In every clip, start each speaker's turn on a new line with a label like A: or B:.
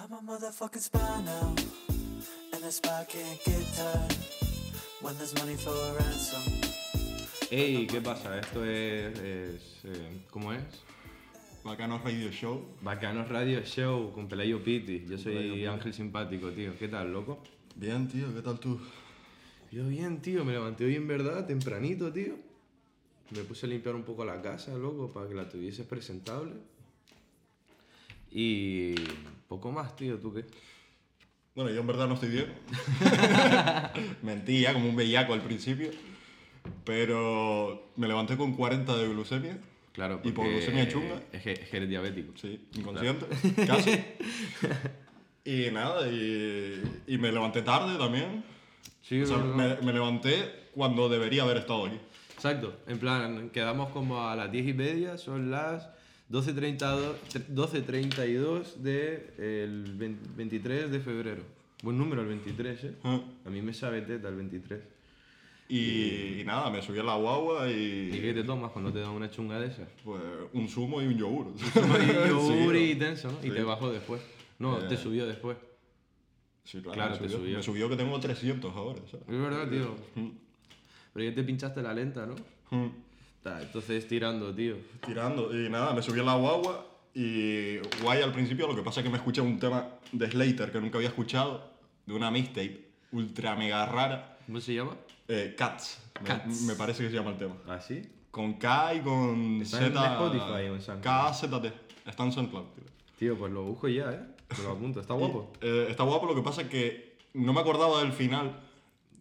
A: I'm a motherfucking spy now, and the spy can't get tired when there's money for a ransom.
B: Ey, ¿qué pasa? Esto es. es, eh, ¿Cómo es?
C: Bacano Radio Show.
B: Bacanos Radio Show con Pelayo Piti. Yo soy
C: Pelayo Piti.
B: Ángel Simpático, tío. ¿Qué tal, loco?
C: Bien, tío, ¿qué tal tú?
B: Yo bien, tío. Me levanté hoy en verdad, tempranito, tío. Me puse a limpiar un poco la casa, loco, para que la tuvieses presentable. Y. poco más, tío. ¿Tú qué?
C: Bueno, yo en verdad no estoy bien. Mentía, como un bellaco al principio. Pero me levanté con 40 de glucemia.
B: Claro,
C: Y por
B: porque
C: glucemia chunga.
B: Es que, es que eres diabético.
C: Sí, inconsciente, casi. Y nada, y, y me levanté tarde también.
B: Sí,
C: O sea,
B: no, no.
C: me, me levanté cuando debería haber estado aquí.
B: Exacto, en plan, quedamos como a las 10 y media, son las 12.32 12.32 de el 20 23 de febrero. Buen número el 23, ¿eh?
C: Ah.
B: A mí me sabe teta el 23.
C: Y, y nada, me subí a la guagua
B: ¿Y qué te tomas cuando te dan una chunga de esas?
C: Pues un zumo y un yogur.
B: Y yogur
C: Sí,
B: y tenso, ¿no? Y te bajó después. No, te subió después.
C: Sí, claro,
B: Claro,
C: me,
B: te
C: subió,
B: subió.
C: me subió que tengo 300 ahora, ¿sabes?
B: Es verdad, tío. Pero ya te pinchaste la lenta, ¿no?
C: Mm.
B: Ta, Entonces tirando, tío.
C: Tirando, y nada, me subí a la guagua y guay al principio, lo que pasa es que me escuché un tema de Slater que nunca había escuchado, de una mixtape ultra mega rara,
B: ¿Cómo se llama?
C: eh, Cats, me-
B: Cats.
C: Me, parece que se llama el tema.
B: ¿Así?
C: Con K y con
B: Está en Spotify o en
C: Z.
B: SoundCloud.
C: KZT, está en SoundCloud. tío.
B: Tío, pues lo busco ya, ¿eh? Me lo apunto, está guapo.
C: Eh, está guapo, lo que pasa es que no me acordaba del final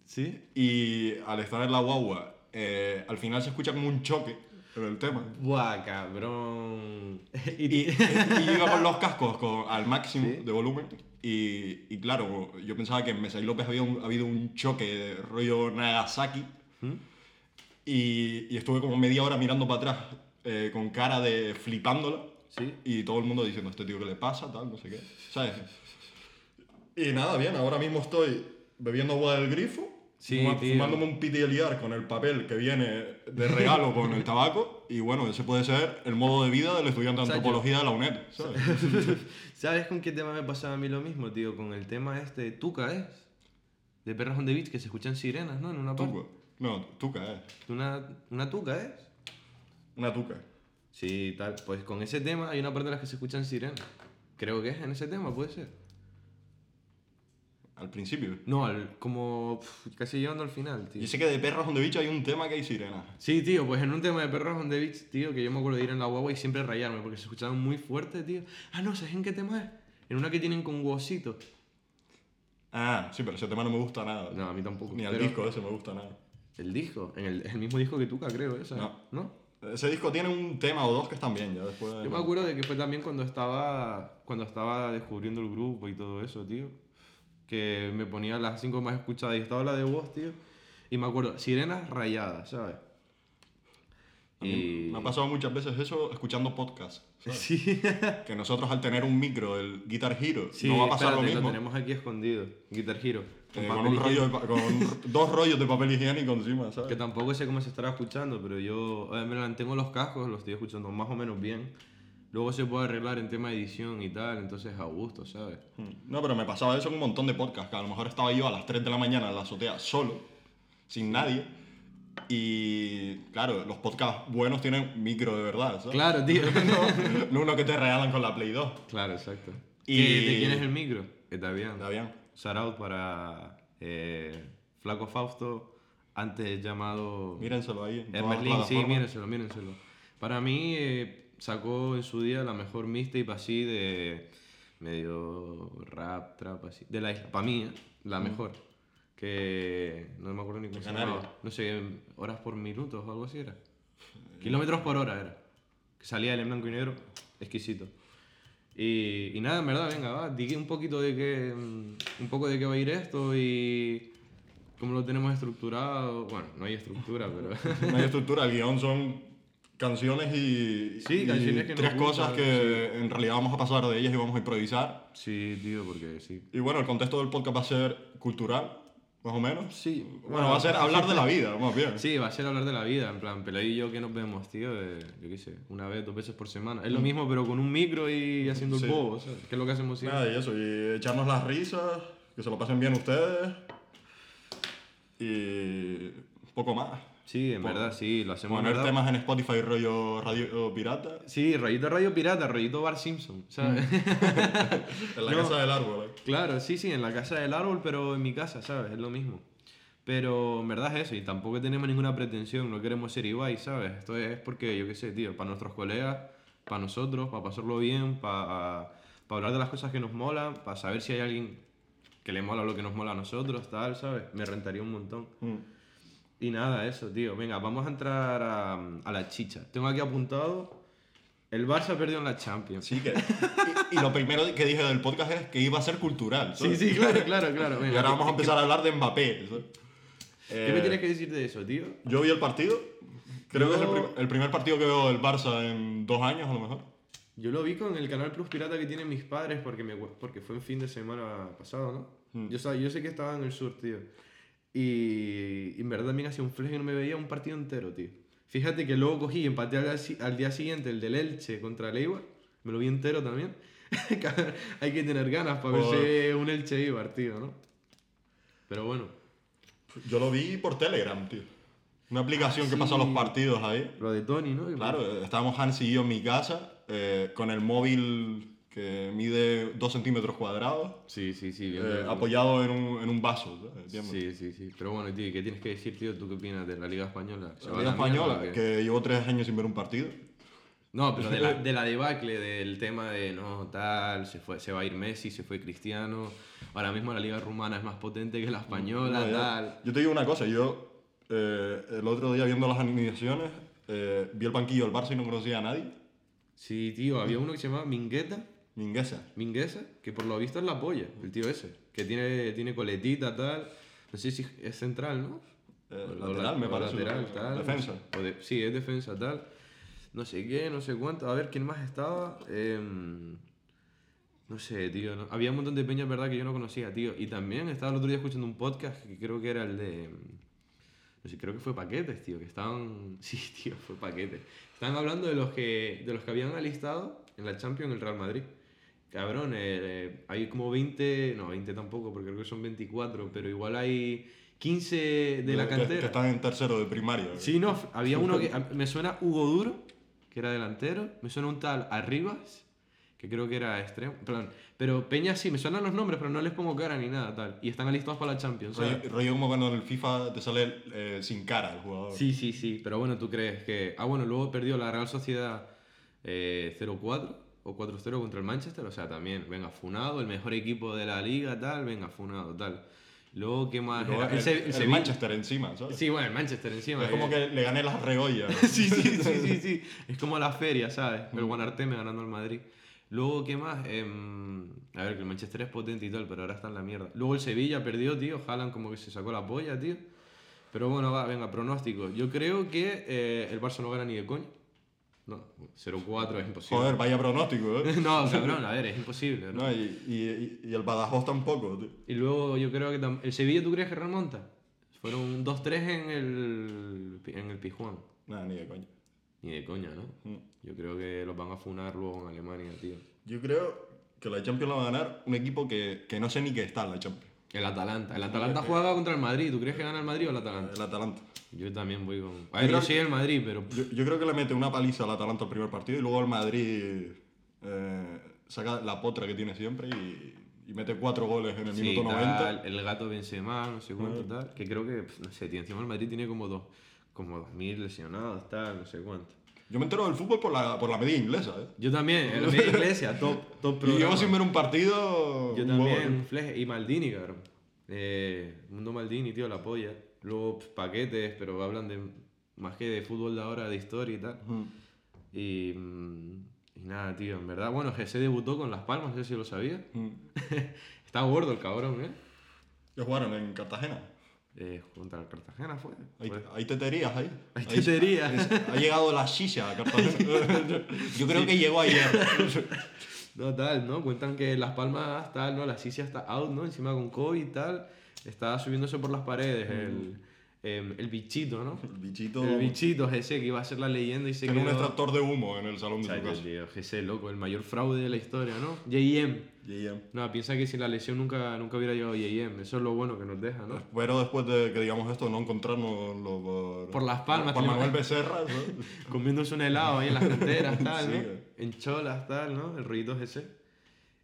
B: ¿Sí?
C: y al estar en la guagua, eh, al final se escucha como un choque en el tema.
B: Buah, cabrón.
C: Y, y yo iba con los cascos con- al máximo
B: Sí.
C: de volumen. Y, y claro, yo pensaba que en Mesai López había un- ha habido un choque de rollo Nagasaki.
B: ¿Mm?
C: Y, y estuve como media hora mirando para atrás eh, con cara de flipándola.
B: Sí.
C: Y todo el mundo diciendo, este tío que le pasa, tal, no sé qué. ¿Sabes? Y nada, bien, ahora mismo estoy bebiendo agua del grifo.
B: Sí,
C: fuma-
B: tío.
C: fumándome un piti de liar con el papel que viene de regalo con el tabaco. Y bueno, ese puede ser el modo de vida del estudiante de
B: Sayo.
C: antropología de la UNED. ¿sabes?
B: ¿Sabes con qué tema me pasaba a mí lo mismo, tío? Con el tema este, Tuca es. De Perros on the Beach, que se escuchan sirenas, ¿no? En una parte.
C: Tuca. No, tuca, eh.
B: Una, una Tuca es.
C: Una tuca.
B: Sí, tal. Pues con ese tema hay una parte de las que se escuchan sirenas. Creo que es en ese tema, puede ser.
C: Al principio.
B: No, al- como pf, casi llegando al final, tío.
C: Yo sé que de perros donde bicho hay un tema que hay sirenas.
B: Sí, tío, pues en un tema de perros on the beach, tío, que yo me acuerdo de ir en la guagua y siempre rayarme porque se escuchaban muy fuerte, tío. Ah, no, ¿sabes en qué tema es? En una que tienen con huesito.
C: Ah, sí, pero ese tema no me gusta nada.
B: No, a mí tampoco.
C: Ni al
B: pero-
C: disco ese me gusta nada.
B: El disco, en el, el mismo disco que Tuca, creo, esa.
C: No.
B: ¿No?
C: Ese disco tiene un tema o dos que están bien, ya después.
B: Yo me acuerdo de que fue también cuando estaba, cuando estaba descubriendo el grupo y todo eso, tío. Que me ponía las cinco más escuchadas y estaba la de voz, tío. Y me acuerdo, Sirenas Rayadas, ¿sabes?
C: A mí Me ha pasado muchas veces eso escuchando podcasts. ¿sabes?
B: Sí,
C: Que nosotros al tener un micro del Guitar Hero
B: sí
C: no va a pasar
B: espérate,
C: lo mismo.
B: tenemos aquí escondido. Guitar Hero. con
C: Eh, con,
B: papel
C: un
B: higiénico,
C: rollo de pa- con dos rollos de papel higiénico encima, ¿sabes?
B: Que tampoco sé cómo se estará escuchando, pero yo eh, me la- tengo los cascos, los estoy escuchando más o menos bien. Luego se puede arreglar en tema de edición y tal, entonces a gusto, ¿sabes?
C: Mm. No, pero me pasaba eso en un montón de podcasts, que a lo mejor estaba yo a las 3 de la mañana en la azotea solo, sin nadie. Y claro, los podcasts buenos tienen micro de verdad, ¿sabes?
B: Claro, tío.
C: No, no uno que te regalan con la Play 2.
B: Claro, exacto.
C: Y-
B: ¿Qué- ¿De quién es el micro? Está bien.
C: Está bien.
B: Shout out para eh, Flaco Fausto, antes llamado
C: Mírenselo ahí. en todas las
B: Merlin. Sí,
C: plataformas.
B: mírenselo, mírenselo. Para mí eh, sacó en su día la mejor mixtape así de medio rap, trap, así. De la isla, para mí, ¿eh? la mejor. Que no me acuerdo ni cómo se
C: Canarias.
B: llamaba. No sé, horas por minutos o algo así era. Kilómetros por hora era. Que salía él en blanco y negro, exquisito. Y, y nada, en verdad, venga, va, di un poquito de qué, mm, un poco de qué va a ir esto y cómo lo tenemos estructurado. Bueno, no hay estructura, pero...
C: No hay estructura, el guión son canciones y,
B: Sí,
C: y
B: canciones que nos
C: tres
B: gustan,
C: cosas que en realidad vamos a pasar de ellas y vamos a improvisar.
B: sí, tío, porque sí.
C: Y bueno, el contexto del podcast va a ser cultural, más o menos.
B: Sí.
C: Bueno, va a ser hablar de la vida, más bien.
B: Sí, va a ser hablar de la vida, en plan, Pelé y yo que nos vemos, tío, de, yo qué sé, una vez, dos veces por semana. Es lo mismo, pero con un micro y haciendo
C: Mm. Sí.
B: el bobo, ¿sabes? Que es lo que hacemos siempre.
C: Nada, y eso, y echarnos las risas, que se lo pasen bien ustedes. Y poco más.
B: Sí, en
C: Pon-
B: verdad, sí, lo hacemos en
C: Poner
B: verdad.
C: temas en Spotify rollo radio pirata.
B: Sí, rollito radio pirata, rollito Bar Simpson, ¿sabes?
C: En la
B: No.
C: casa del árbol. eh.
B: Claro, sí, sí, en la casa del árbol, pero en mi casa, ¿sabes? Es lo mismo. Pero en verdad es eso, y tampoco tenemos ninguna pretensión, no queremos ser Ibai, ¿sabes? Esto es porque, yo qué sé, tío, para nuestros colegas, para nosotros, para pasarlo bien, para, para hablar de las cosas que nos molan, para saber si hay alguien que le mola lo que nos mola a nosotros, tal, ¿sabes? Me rentaría un montón.
C: Mm.
B: Y nada, eso, tío. Venga, vamos a entrar a, a la chicha. Tengo aquí apuntado, el Barça perdió en la Champions.
C: Sí, que. y, y lo primero que dije del podcast es que iba a ser cultural.
B: sí,
C: ¿sabes?
B: sí, claro, claro, claro.
C: Y
B: venga.
C: ahora vamos a empezar a hablar de Mbappé. ¿sabes?
B: ¿Qué me
C: Eh,
B: tienes que decir de eso, tío?
C: Yo vi el partido. Creo que es el,
B: Yo-
C: prim- el primer partido que veo del Barça en dos años, a lo mejor.
B: Yo lo vi con el canal Plus Pirata que tienen mis padres porque, me, porque fue en fin de semana pasado, ¿no?
C: Mm.
B: Yo, sab- yo sé que estaba en el sur, tío. Y y en verdad también hacía un flash que no me veía un partido entero, tío. Fíjate que luego cogí y empaté al, día si- al día siguiente el del Elche contra el Eibar. Me lo vi entero también. Cabrón, Hay que tener ganas para verse un Elche Eibar, tío, ¿no? Pero bueno,
C: Yo lo vi por Telegram, tío. Una
B: Ah,
C: aplicación que pasa los partidos ahí.
B: lo de Tony, ¿no? Que-
C: Claro, eh, estábamos Hans y yo en mi casa eh, con el móvil que mide 2 centímetros cuadrados,
B: Sí, sí, sí.
C: eh,
B: bien, bien.
C: apoyado en un, en un vaso. ¿sabes? Bien,
B: Sí, sí, sí. Pero bueno, tío, ¿qué tienes que decir, tío? ¿Tú qué opinas de la Liga Española? ¿Se
C: La
B: va
C: Liga
B: a mierda
C: española,
B: o qué?
C: que llevo tres años sin ver un partido.
B: No, pero de la, de la debacle, del tema de no, tal, se, fue, se va a ir Messi, se fue Cristiano. Ahora mismo la liga rumana es más potente que la española,
C: No, yo-
B: tal.
C: Yo te digo una cosa, yo eh, el otro día viendo las alineaciones, eh, vi el banquillo del Barça y no conocía a nadie.
B: Sí, tío, había uno que se llamaba Mingueta,
C: Mingueza.
B: Mingueza, que por lo visto es la polla, el tío ese, que tiene, tiene coletita, tal. No sé si es central, ¿no?
C: Eh,
B: O- o
C: lateral, me
B: o
C: parece,
B: Pues lateral,
C: o
B: tal.
C: defensa.
B: O de- sí, es defensa, tal. No sé qué, no sé cuánto. A ver, ¿quién más estaba? Em, no sé, tío. no- Había un montón de peñas, verdad, que yo no conocía, tío. Y también estaba el otro día escuchando un podcast que creo que era el de... em, No sé, creo que fue Paquetes, tío. Que estaban... Sí, tío, fue Paquetes. Estaban hablando de los que, de los que habían alistado en la Champions el Real Madrid. Cabrón, eh, eh, hay como 20... No, 20 tampoco, porque creo que son 24. Pero igual hay 15 de, la
C: Que- que-
B: cantera.
C: Que, están en tercero de primaria.
B: Sí, no, había uno que a- me suena Hugo Duro, que era delantero, me suena un tal Arribas, que creo que era extremo, perdón, pero Peña sí, me suenan los nombres, pero no les pongo cara ni nada, tal, y están alistados para la Champions, ¿sabes?
C: Rollo, rollo como cuando en el FIFA te sale eh, sin cara el jugador.
B: Sí, sí, sí, pero bueno, tú crees que... Ah, bueno, luego perdió la Real Sociedad eh, 0-4 o 4-0 contra el Manchester, o sea, también, venga, funado, el mejor equipo de la liga, tal, venga, funado, tal. Luego, ¿qué más?
C: Luego
B: era?
C: el,
B: Se-
C: el
B: Sevilla.
C: Manchester encima, ¿sabes?
B: Sí, bueno, el Manchester encima.
C: es como
B: eh.
C: que le gané las reollas.
B: sí, sí, sí, sí, sí. Es como la feria, ¿sabes? El Guanarteme ganando al Madrid. Luego, ¿qué más? Em, a ver, que el Manchester es potente y tal, pero ahora está en la mierda. Luego el Sevilla perdió, tío. Haaland como que se sacó la polla, tío. Pero bueno, va, venga, pronóstico. Yo creo que eh, el Barça no gana ni de coño. No, 0-4 es imposible.
C: Joder, vaya pronóstico, ¿eh?
B: no, cabrón, a ver, es imposible. ¿no?
C: No, y, y- y- y el Badajoz tampoco, tío.
B: Y luego yo creo que tam- el Sevilla, ¿tú crees que remonta? Fueron 2-3 en el, en el Pijuán.
C: Nada, ni de coño.
B: Ni de coña, ¿no?
C: Mm.
B: Yo creo que los van a funar luego en Alemania, tío.
C: Yo creo que la Champions la va a ganar un equipo que, que no sé ni que está en la Champions.
B: El Atalanta. El Atalanta juega contra el Madrid. ¿Tú crees que gana el Madrid o el Atalanta?
C: El Atalanta.
B: Yo también voy con... A ver, yo
C: Yo creo
B: soy el Madrid, pero...
C: Yo, yo creo que le mete una paliza al Atalanta el primer partido y luego al Madrid eh, saca la potra que tiene siempre y, y mete cuatro goles en el
B: Sí,
C: minuto Mm. 90.
B: tal, el gato Benzema, no sé cuánto, tal. Que creo que, pf, no sé, tío, encima el Madrid tiene como dos... Como 2.000 lesionados, tal, no sé cuánto.
C: Yo me entero del fútbol por la, por la media inglesa, ¿eh?
B: Yo también, en la media iglesia, top, top
C: Y
B: programa.
C: llevo sin ver un partido.
B: Yo
C: un
B: también,
C: huevo,
B: un fleje. Y Maldini, cabrón. Eh, Mundo Maldini, tío, la polla. Luego pf, paquetes, pero hablan de más que de fútbol de ahora, de historia y tal.
C: Ujú.
B: Y, mm, y nada, tío, en verdad. Bueno, GC debutó con Las Palmas, no sé si lo sabía.
C: ¿eh?
B: Está gordo el cabrón, ¿eh?
C: Que jugaron en Cartagena.
B: Eh, Contra el Cartagena fue.
C: Hay,
B: Fue.
C: hay teterías ahí.
B: Pues. Hay teterías.
C: es- Ha llegado la shisha a Cartagena. Yo creo que llegó ayer.
B: No, tal, ¿no? Cuentan que Las Palmas, tal, ¿no? La Sisi está out, ¿no? Encima con COVID y tal. Estaba subiéndose por las paredes el, em, el bichito, ¿no?
C: Mm. El bichito.
B: El bichito ese que iba a ser la leyenda y se
C: Tiene un
B: quedó...
C: extractor de humo en el salón de su
B: Chayo,
C: casa.
B: tío, ese loco, el mayor fraude de la historia, ¿no? J.M.
C: JM.
B: No, piensa que sin la lesión nunca, nunca hubiera llegado J.M. Eso es lo bueno que nos deja, ¿no?
C: Pero después de que digamos esto, no encontrarnos lo- por,
B: Por Las Palmas,
C: Por
B: tío.
C: Manuel Becerra. ¿no?
B: comiéndose un helado ahí en las canteras, tal, ¿no?
C: Sí, güey.
B: En cholas, tal, ¿no? El ruido ese.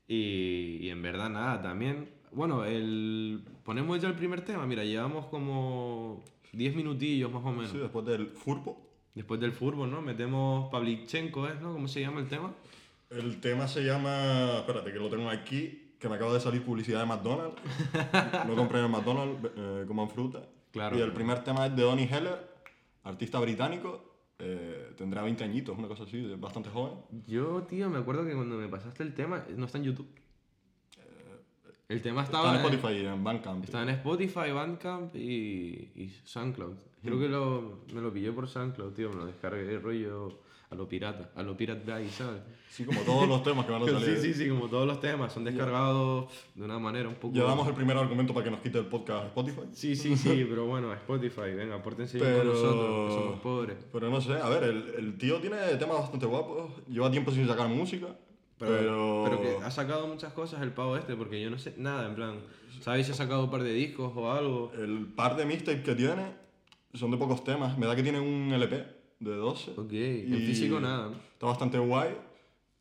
B: Y, y en verdad, nada, también. Bueno, el, ponemos ya el primer tema. Mira, llevamos como 10 minutillos más o menos.
C: Sí, después del Furpo.
B: Después del fútbol, ¿no? Metemos Pavlichenko, ¿es, no? ¿Cómo se llama el tema?
C: El tema se llama. Espérate, que lo tengo aquí. Que me acaba de salir publicidad de McDonald's. Lo compré en McDonald's, eh, coman fruta.
B: Claro.
C: Y el primer tema es de Donny Heller, artista británico. eh, tendrá 20 añitos, una cosa así, es bastante joven.
B: Yo, tío, me acuerdo que cuando me pasaste el tema, no está en YouTube. El tema
C: Eh, Está
B: estaba
C: en Spotify, en Bandcamp.
B: ¿eh? Está en Spotify, Bandcamp y, y SoundCloud. Creo que lo, me lo pillé por SoundCloud, tío. Me lo descargué rollo a lo pirata, a lo Pirate Bay, ¿sabes?
C: Sí, como todos los temas que van a
B: Sí,
C: salir.
B: sí, sí, como todos los temas son descargados de una manera un poco.
C: Ya damos el primer argumento para que nos quite el podcast Spotify.
B: Sí, sí, sí, pero bueno, Spotify, venga, apórtense bien
C: Pero-
B: con nosotros, que somos pobres.
C: Pero no sé, a ver, el, el tío tiene temas bastante guapos. Lleva tiempo sin sacar música. Pero.
B: Pero, que ha sacado muchas cosas el pavo este, porque yo no sé nada, en plan. ¿Sabéis si ha sacado un par de discos o algo?
C: El par de mixtapes que tiene son de pocos temas. Me da que tiene un LP de 12.
B: Ok, en físico nada, ¿no?
C: Está bastante guay.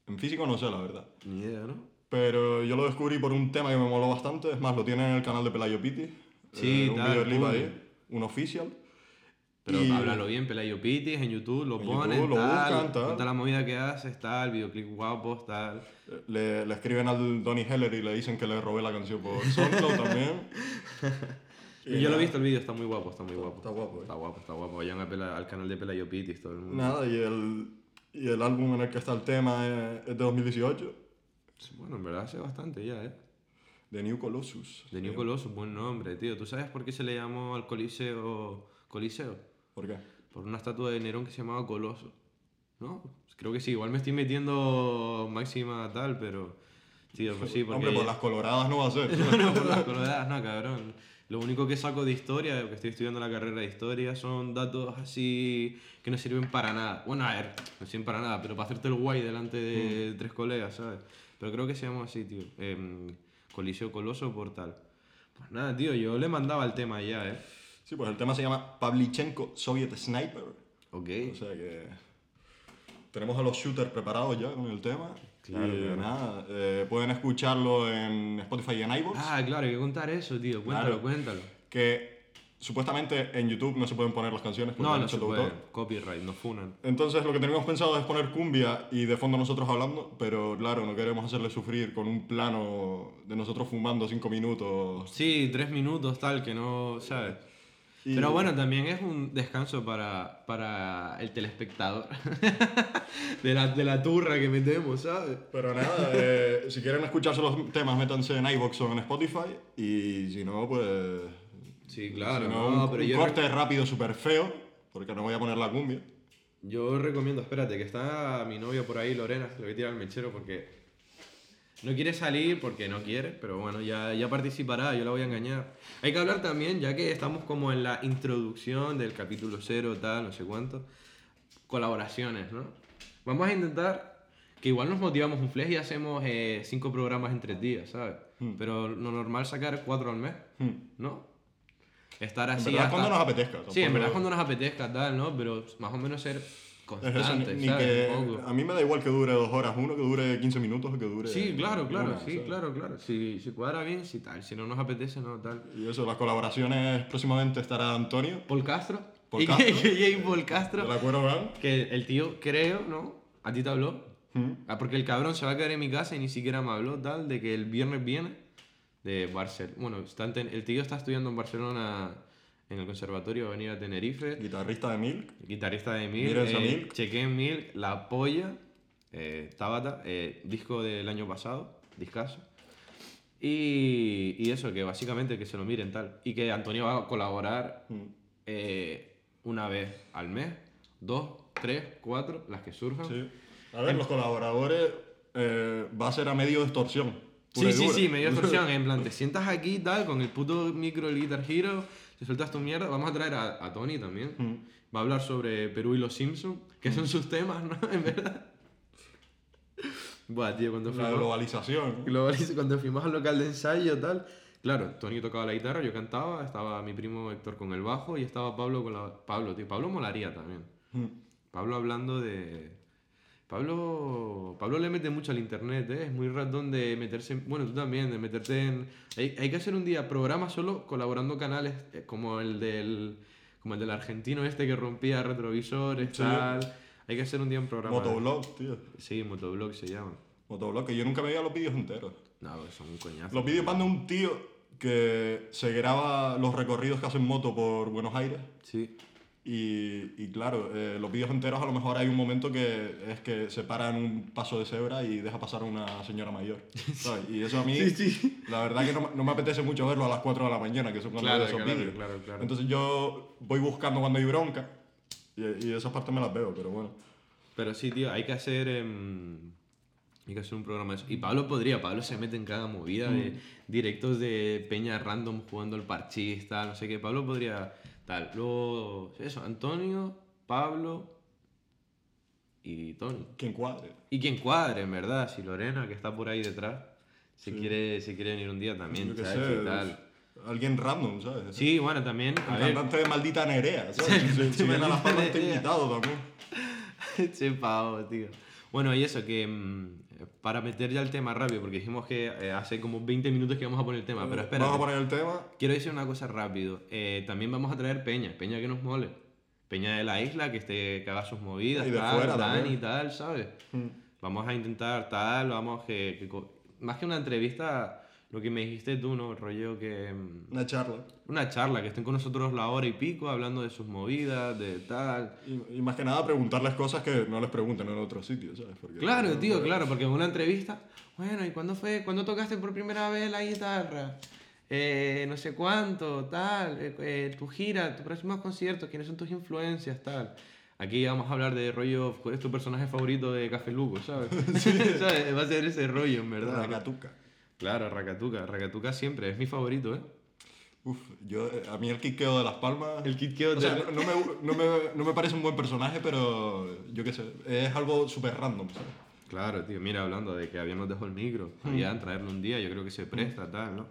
C: En físico no sé, la verdad.
B: Ni idea, ¿no?
C: Pero yo lo descubrí por un tema que me moló bastante. Es más, lo tiene en el canal de Pelayo Piti. Eh,
B: Sí,
C: un
B: tal,
C: videoclip
B: cool.
C: ahí, un oficial.
B: Pero
C: Y- eh,
B: háblalo bien, Pelayo Pitis, en YouTube lo
C: En
B: ponen,
C: YouTube lo
B: tal,
C: buscan, tal.
B: cuenta la movida que haces, tal, videoclip guapos, tal.
C: Le, le escriben al Donny Heller y le dicen que le robé la canción por SoundCloud también.
B: Y yo lo he visto el vídeo, está muy guapo, está muy guapo.
C: está guapo, eh.
B: Está guapo, está guapo. Vayan a Pela- al canal de Pelayo Pitis, todo el mundo.
C: Nada, y el, y el álbum en el que está el tema es, es de 2018,
B: Bueno, en verdad hace bastante ya, ¿eh?
C: de New Colossus. Eh,
B: De New Colossus, buen nombre, tío. ¿Tú sabes por qué se le llamó al Coliseo Coliseo?
C: ¿Por qué?
B: Por una estatua de Nerón que se llamaba Coloso. ¿No? Creo que sí, igual me estoy metiendo máxima tal, pero... Tío, pues sí, porque...
C: Hombre, por las coloradas no va a ser.
B: No, por las coloradas, no, cabrón. Lo único que saco de historia, que estoy estudiando la carrera de historia, son datos así que no sirven para nada. Bueno, a ver, no sirven para nada, pero para hacerte el guay delante de tres colegas, ¿sabes? Pero creo que se llama así, tío. Em, Coliseo Coloso por tal. Pues nada, tío, yo le mandaba el tema ya, ¿eh?
C: Sí, pues el tema se llama Pavlichenko Soviet Sniper.
B: Ok.
C: O sea que tenemos a los shooters preparados ya con el tema.
B: Claro,
C: y
B: claro.
C: nada, eh, pueden escucharlo en Spotify y en iVoox.
B: Ah, claro, hay que contar eso, tío. Cuéntalo,
C: Claro.
B: cuéntalo.
C: Que supuestamente en YouTube no se pueden poner las canciones pues porque
B: No,
C: hay
B: no
C: derecho
B: se
C: de
B: puede.
C: autor.
B: Copyright, nos funan.
C: Entonces lo que teníamos pensado es poner cumbia y de fondo nosotros hablando, pero claro, no queremos hacerle sufrir con un plano de nosotros fumando cinco minutos.
B: Sí, tres minutos, tal, que no, ¿sabes?
C: Y-
B: Pero bueno, también es un descanso para, para el telespectador. de, la, de la turra que metemos, ¿sabes?
C: Pero nada, eh, si quieren escucharse los temas, métanse en iVoox o en Spotify y si no, pues...
B: Sí, claro.
C: si
B: no,
C: no, un,
B: pero
C: un
B: yo,
C: corte rápido súper feo, porque no voy a poner la cumbia.
B: yo recomiendo, espérate, que está mi novia por ahí, Lorena, le voy a tirar al mechero porque no quiere salir, porque no quiere, pero bueno, ya, ya participará, yo la voy a engañar. Hay que hablar también, ya que estamos como en la introducción del capítulo cero, tal, no sé cuánto, colaboraciones, ¿no? Vamos a intentar que igual nos motivamos un flash y hacemos eh, cinco programas en tres días, ¿sabes? Pero lo normal es sacar cuatro al mes, ¿no? Estar
C: Hmm. En
B: así
C: verdad,
B: hasta-
C: cuando nos apetezca.
B: Sí, en
C: tampoco-
B: verdad cuando nos apetezca, tal, ¿no? Pero más o menos ser
C: Es eso, ni-
B: constante,
C: ni
B: ¿sabes?
C: que-
B: Un poco.
C: a mí me da igual que dure dos horas uno, que dure 15 minutos o que dure...
B: Sí, claro, claro,
C: una,
B: sí,
C: ¿sabes?
B: claro, claro. Si, si cuadra bien, si tal. Si no nos apetece, no tal.
C: Y eso, las colaboraciones próximamente estará Antonio.
B: Paul Castro.
C: Paul
B: y
C: Castro.
B: que, que llegue Paul Castro.
C: ¿Del acuerdo, Ram?
B: Que el tío, creo, ¿no? A ti te habló.
C: Mm.
B: Ah, porque el cabrón se va a quedar en mi casa y ni siquiera me habló, tal, de que el viernes viene de Barcelona. Bueno, está en Ten- el tío está estudiando en Barcelona en el conservatorio, va a venir a Tenerife.
C: Guitarrista de Milk.
B: Guitarrista de Milk.
C: Miren esa
B: eh,
C: Milk.
B: Chequen Milk, La Polla, eh, Tabata, eh, disco del año pasado, discaso. Y, y eso, que básicamente que se lo miren tal. Y que Antonio va a colaborar
C: Mm.
B: eh, una vez al mes, dos, tres, cuatro, las que surjan.
C: A ver, los colaboradores eh, va a ser a medio de extorsión.
B: Sí,
C: pura y
B: sí,
C: dura.
B: sí, medio extorsión. eh. En plan, te sientas aquí y tal, con el puto micro del Guitar Hero, te sueltas tu mierda. Vamos a traer a, a Tony
C: Hmm.
B: también.
C: Mm.
B: Va a hablar sobre Perú y los Simpsons, que son sus temas, ¿no? En verdad. Buah, tío, cuando
C: La
B: fuimos-
C: globalización. ¿no?
B: Globaliz- cuando fuimos al local de ensayo tal, claro, Tony tocaba la guitarra, yo cantaba, estaba mi primo Héctor con el bajo y estaba Pablo con la... Pablo, tío, Pablo molaría también.
C: Mm.
B: Pablo hablando de... Pablo, Pablo le mete mucho al internet, ¿eh? es muy ratón de meterse, en- bueno, tú también, de meterte en... Hay, hay que hacer un día programa solo colaborando canales eh, como el del, como el del argentino este que rompía retrovisores,
C: Sí.
B: tal. Hay que hacer un día un programa...
C: Motoblog, tío.
B: Sí, motoblog se llama.
C: Motoblog, que yo nunca me veía los vídeos enteros.
B: No, son un coñazo.
C: Los vídeos van de un tío que se graba los recorridos que hace en moto por Buenos Aires.
B: Sí.
C: Y, y claro, eh, los vídeos enteros a lo mejor hay un momento que es que se para en un paso de cebra y deja pasar a una señora mayor. ¿sabes? Y eso a mí,
B: Sí, sí.
C: la verdad que no, me- no me apetece mucho verlo a las 4 de la mañana, que son cuando
B: Claro,
C: veo esos
B: claro,
C: vídeos.
B: claro, claro.
C: Entonces yo voy buscando cuando hay bronca y, y esas partes me las veo, pero bueno.
B: Pero sí, tío, hay que hacer. em, hay que hacer un programa de eso. Y Pablo podría, Pablo se mete en cada movida
C: Mm.
B: de directos de Peña random jugando al parchís, tal, no sé qué. Pablo podría. Tal. Luego. Eso, Antonio, Pablo y Tony.
C: Que encuadre.
B: Y quien cuadre, en verdad, si Lorena, que está por ahí detrás, se quiere, se quiere venir un día también,
C: Yo qué
B: ¿sabes?
C: sé, pues.
B: Y tal.
C: alguien random, ¿sabes?
B: Sí, bueno, también. a
C: El
B: ver,
C: cantante de Maldita Nerea, ¿sabes? Si- si viene a
B: Maldita
C: las palmas está
B: Nerea.
C: invitado también.
B: Che pavo, tío. Bueno, y eso, que mm, para meter ya el tema rápido, porque dijimos que eh, hace como 20 minutos que vamos a poner el tema, pero espera.
C: Vamos a poner el tema.
B: Quiero decir una cosa rápido. Eh, también vamos a traer Peña, Peña que nos mole. Peña de la isla, que, esté, que haga sus movidas,
C: Y de
B: tal,
C: fuera
B: Dan
C: también. Mm.
B: y tal, ¿sabes? Vamos a intentar tal, vamos que, que co- Más que una entrevista, lo que me dijiste tú, ¿no? Rollo que... mm,
C: Una charla.
B: Una charla, que estén con nosotros la hora y pico hablando de sus movidas, de tal.
C: Y, y más que nada preguntarles cosas que no les preguntan en otros sitios, ¿sabes? Porque-
B: Claro, tío, claro, porque en una entrevista, bueno, ¿y cuándo fue? ¿Cuándo tocaste por primera vez la guitarra? Eh, no sé cuánto, tal, eh, eh, tu gira, tus próximos conciertos, quiénes son tus influencias, tal. Aquí vamos a hablar de rollo, ¿cuál es tu personaje favorito de Café Lugo, sabes? ¿Sabes? Va a ser ese rollo, en verdad.
C: La gatuca.
B: Claro, Rakatuka, Rakatuka siempre, es mi favorito, ¿eh?
C: Uf, yo, eh, a mí el quiqueo de las palmas...
B: El Kitkeo
C: o sea, no, no me, no, me, no me parece un buen personaje, pero yo qué sé, es algo súper random, ¿sabes?
B: Claro, tío, mira, hablando de que habíamos dejado el micro, habían traerlo un día, yo creo que se presta, tal, ¿no?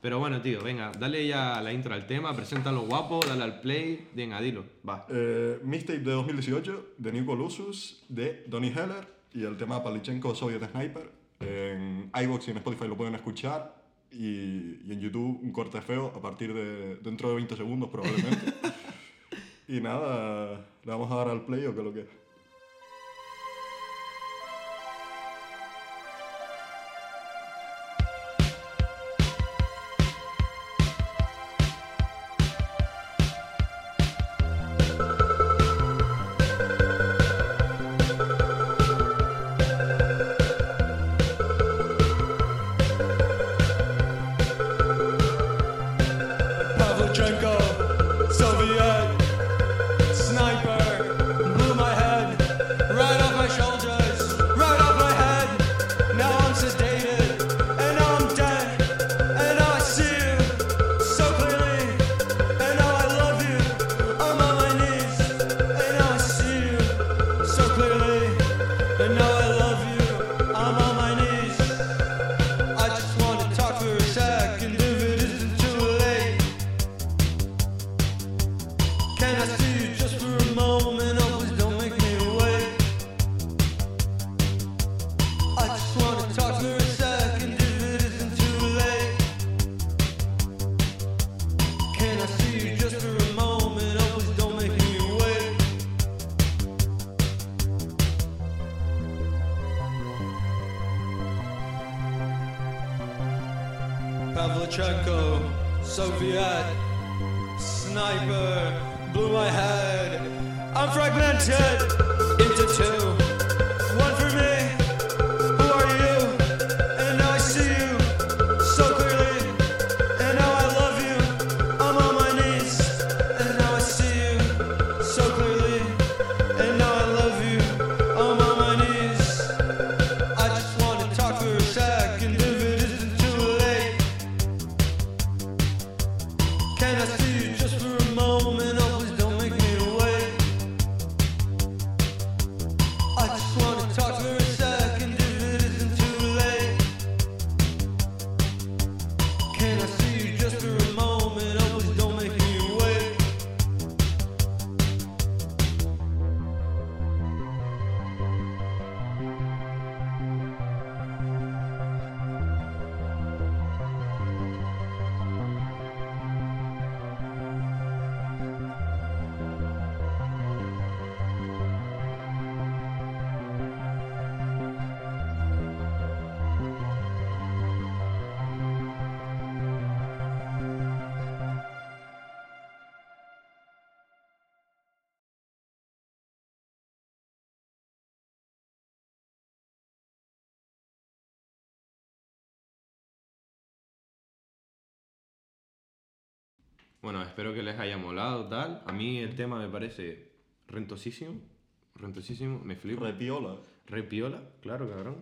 B: Pero bueno, tío, venga, dale ya la intro al tema, preséntalo guapo, dale al play, venga, dilo, va.
C: Eh, Mixtape de 2018 de Nico Lusus, de Donny Heller y el tema Palichenko Soviet Sniper. En iBox y en Spotify lo pueden escuchar y, y en YouTube un corte feo a partir de dentro de 20 segundos probablemente. y nada, le vamos a dar al play o qué lo que es.
D: Pavlichenko, Soviet sniper, blew my head right off my shoulders, right off my head. Now I'm sedated and now I'm dead, and now I see you so clearly, and now I love you. I'm on my knees, and now I see you so clearly, and now I love you. I'm on my knees. I just want to talk for a second if it isn't too late. Can I see you just for a moment? Oh, please don't make me wait. I just wanna talk for a second if it isn't too late. Can I see you just for a moment? Oh, please don't make me wait. Pavlichenko, Soviet sniper blew my head. I'm fragmented into two. One for me, who are you? And now I see you so clearly. And now I love you. I'm on my knees. And now I see you so clearly. And now I love you. I'm on my knees. I just want to talk for a second. If it
B: Bueno, espero que les haya molado tal. A mí el tema me parece rentosísimo. Rentosísimo, me flipa.
C: Repiola.
B: Repiola, claro, cabrón.